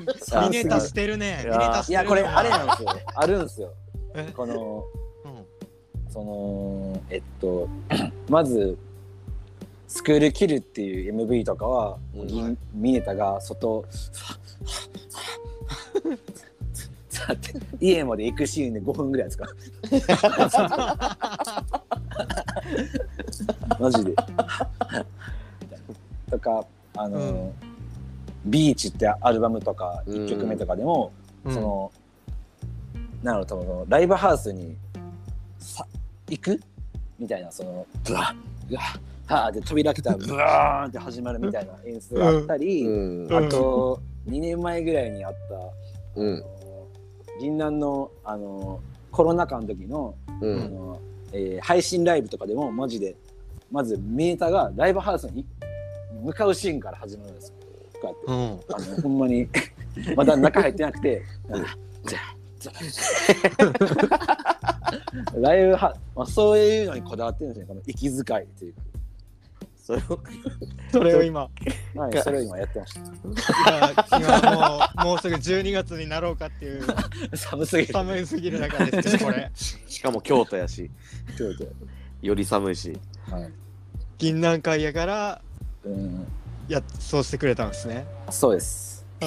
Speaker 1: ミネタしてるね。ミネタしてる
Speaker 3: い
Speaker 1: ね
Speaker 3: や、これ、あれなんですよ。あるんですよ
Speaker 1: え。
Speaker 3: この、
Speaker 1: うん
Speaker 3: その、えっと、 まず、スクールキルっていう MV とかは、
Speaker 2: うん
Speaker 3: 銀ミネタが外、さて家まで行くシーンで5分ぐらいですか マジで。みたいなとかあの、ビーチ」ってアルバムとか
Speaker 2: うん
Speaker 3: 1曲目とかでも、
Speaker 1: うん
Speaker 3: そのなるほど多分ライブハウスにさ行くみたいなそのブワッブワッはあで扉開けたらブワーンって始まるみたいな演出があったり、
Speaker 2: うん。
Speaker 1: うん
Speaker 3: あと2年前ぐらいにあった
Speaker 2: うん。
Speaker 3: 銀杏のあのコロナ禍の時の
Speaker 2: う
Speaker 1: うん
Speaker 3: あ
Speaker 2: ん。
Speaker 3: のえー配信ライブとかでもマジでまずメーターがライブハウスに向かうシーンから始まるんですよこう
Speaker 1: うん。
Speaker 3: やってあのほんまにまだ中入ってなくて
Speaker 2: うん
Speaker 3: ザザライブハまあ、そういうのにこだわってるんですねこの息遣いっていう
Speaker 2: それを、
Speaker 1: それを今。
Speaker 3: か、はい、それを今やってまし
Speaker 1: 今今もうもうすぐ12月になろうかっていう
Speaker 3: た寒すぎる
Speaker 1: 寒いすぎる中ですけどこれ
Speaker 2: しかも京都やし、
Speaker 3: ちょっと
Speaker 2: より寒いし。
Speaker 3: はい
Speaker 1: 銀南会やから
Speaker 3: うん
Speaker 1: やそうしてくれたんですね。
Speaker 3: そうです
Speaker 1: は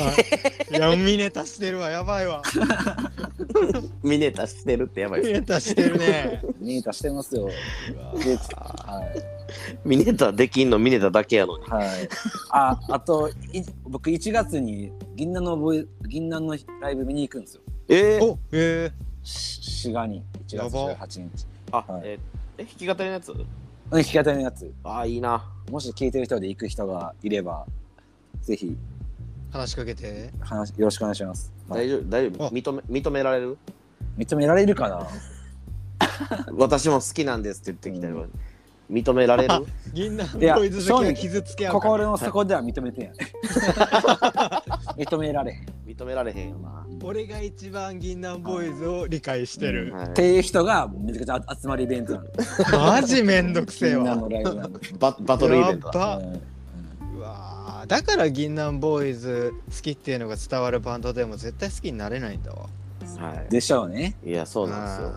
Speaker 1: いいやミネタしてるわやばいわ
Speaker 2: ミネタしてるってやばい
Speaker 1: ミ
Speaker 2: で
Speaker 1: ネタしてるね。
Speaker 3: メーターしてますよではい
Speaker 2: す。ミネタできんのミネタだけやのに。
Speaker 3: はい。あ、あと、い僕1月に銀杏のボイ銀杏のライブ見に行くんですよ。
Speaker 2: えー、
Speaker 1: おえ
Speaker 3: し滋賀に1月18日
Speaker 2: あ、
Speaker 3: はい
Speaker 2: ええ、弾き語りのやつ
Speaker 3: うん弾き語りのやつ
Speaker 2: ああ、いいな。
Speaker 3: もし聞いてる人で行く人がいればぜひ
Speaker 1: 話しかけて。
Speaker 3: 話よろしくお願いします、まあ
Speaker 2: 大丈夫、大丈
Speaker 1: あ
Speaker 2: 夫。認め、認められる
Speaker 3: 認められるかな
Speaker 2: 私も好きなんですって言ってきたよ。認められる
Speaker 1: 銀杏
Speaker 3: いや
Speaker 1: ボーイズ好きが傷つけ合うから。
Speaker 3: 心の底では認めてんやね認められへんっ
Speaker 2: 認められへんよな。
Speaker 1: 俺が一番銀杏ボーイズを理解してる。
Speaker 2: はい
Speaker 3: ていう人がめちゃくちゃ集まりイベントなの
Speaker 1: マジめんどく せえ
Speaker 3: みんな
Speaker 1: わ。
Speaker 3: のライブなの
Speaker 2: ババトルイベントだ。
Speaker 1: やっばうわーだから銀杏ボーイズ好きっていうのが伝わるバンドでも絶対好きになれないんだわ。
Speaker 2: は
Speaker 3: でしょうね
Speaker 2: い。いや、そうなん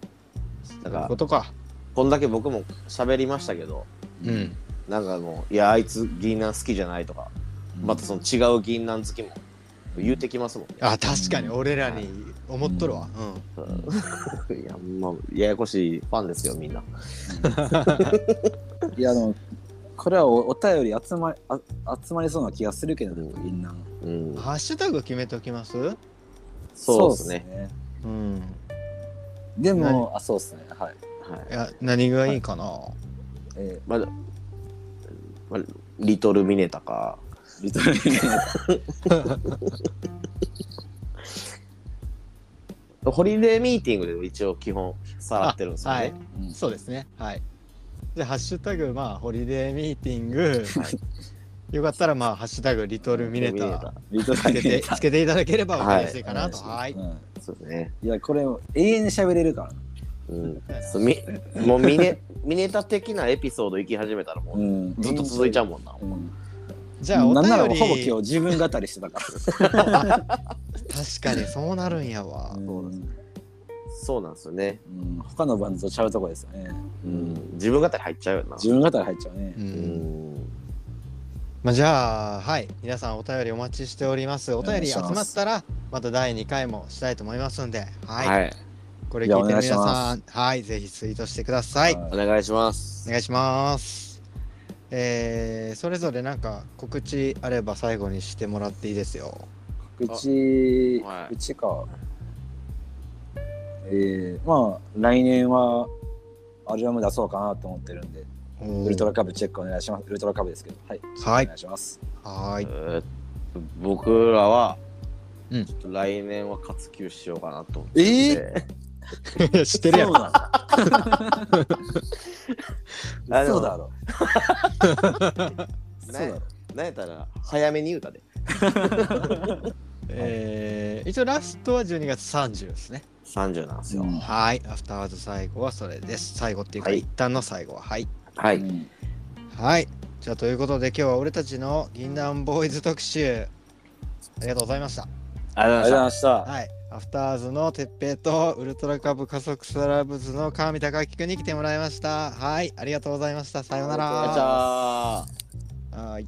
Speaker 2: ですよ。
Speaker 1: だか
Speaker 2: だか
Speaker 1: らら。こ、とか。
Speaker 2: こんだけ僕も喋りましたけど、
Speaker 1: うん。
Speaker 2: なんかもう、いや、あいつ銀杏好きじゃないとか、またその違う銀杏好きも言うてきますもんね。
Speaker 1: あ確かに俺らに思っとるわ。うん。
Speaker 2: いや、まあ、ややこしいファンですよ、みんな。
Speaker 3: いやでもこれはおお便り集まりあ集まりそうな気がするけどみんな
Speaker 2: うん。
Speaker 1: ハッシュタグ決めておきます
Speaker 2: そうですね
Speaker 3: そうっすね
Speaker 1: うん。
Speaker 3: でもあそうですねはい、
Speaker 2: はい
Speaker 1: い。や何がいいかな、
Speaker 3: え
Speaker 2: まあ、まあ、リトルミネタか。
Speaker 3: ー、リトルミネ
Speaker 2: ホリデーミーティングでも一応基本さらってるんですよね。
Speaker 1: はい
Speaker 3: うん
Speaker 1: そうですね。はい。じゃあ、ハッシュタグ、まあ、ホリデーミーティング。 よかったら、まあ、ハッシュタグ、リトルミネ
Speaker 2: リトルミ
Speaker 1: タ。
Speaker 3: リトル
Speaker 1: つ
Speaker 3: ミ
Speaker 1: け
Speaker 3: ネ
Speaker 1: て、
Speaker 3: タ
Speaker 1: つけていただければ、わかりやすいかなと。は。
Speaker 3: はいうん
Speaker 2: そうですね。
Speaker 3: いやこれ永遠に喋れるから
Speaker 2: うん。そうみもうミネミネタ的なエピソード行き始めたらもう
Speaker 3: うん
Speaker 2: ずっと続いち
Speaker 3: ゃ
Speaker 2: ゃうもんな。
Speaker 3: う、うん、
Speaker 1: じゃあ、お
Speaker 3: なんならほ
Speaker 1: 便
Speaker 3: ぼ
Speaker 1: り。
Speaker 3: 今日自分語りしてたから
Speaker 1: 確かに、そうなるんやわ。
Speaker 2: そうですそうなんですよね。
Speaker 3: うん、他のバンドとちゃうとこですよね。
Speaker 2: うん。自分語り入っちゃうよな。
Speaker 3: 自分語り入っちゃうね
Speaker 1: う。。
Speaker 2: うんん。
Speaker 1: まあ、じゃあ、はい。皆さん、お便りお待ちしております。お便り集まったら、また第2回もしたいと思いますんで。はい。
Speaker 2: はい。
Speaker 1: これ聞いてる
Speaker 3: じゃ
Speaker 1: 皆
Speaker 3: あお
Speaker 1: さ
Speaker 3: 願
Speaker 1: ん、はい。ぜひツイートしてください。
Speaker 3: は
Speaker 2: お願いします。
Speaker 1: お願いします。えー、それぞれなんか告知あれば最後にしてもらっていいですよ。
Speaker 3: い告知
Speaker 2: あはい
Speaker 3: 告知か。えー、まあ来年はアルバム出そうかなと思ってるんで、ウルトラカブチェックお願いします。ウルトラカブですけど、はい。
Speaker 1: はい
Speaker 3: お願いします。
Speaker 1: はーい。
Speaker 2: えー僕らは、
Speaker 1: うん
Speaker 2: ちょっと来年は活休しようかなと思ってて、
Speaker 1: 知ってるや
Speaker 3: そ
Speaker 1: ん
Speaker 3: う。だ
Speaker 2: あ
Speaker 3: ろ。
Speaker 2: でも
Speaker 3: そうだろ。そうだろ。
Speaker 2: なんやったら早めに言うたで
Speaker 1: えー、一応ラストは12月30ですね。
Speaker 2: 30なんですよ、
Speaker 3: うん
Speaker 1: はい。アフターワーズ最後はそれです。最後っていうか、
Speaker 2: はい
Speaker 1: 一旦の最後は。はい。
Speaker 2: は
Speaker 3: う
Speaker 2: い
Speaker 3: ん
Speaker 1: はい。じゃあということで今日は俺たちの銀杏ボーイズ特集ありがとうございました。
Speaker 2: ありが
Speaker 3: ありがとうござい
Speaker 2: ま
Speaker 3: ました。
Speaker 1: はい。アフターズの鉄平とウルトラ株加速サラブズの川見隆明君に来てもらいました。はい。ありがとうございました。さようなら。
Speaker 2: した
Speaker 1: はい。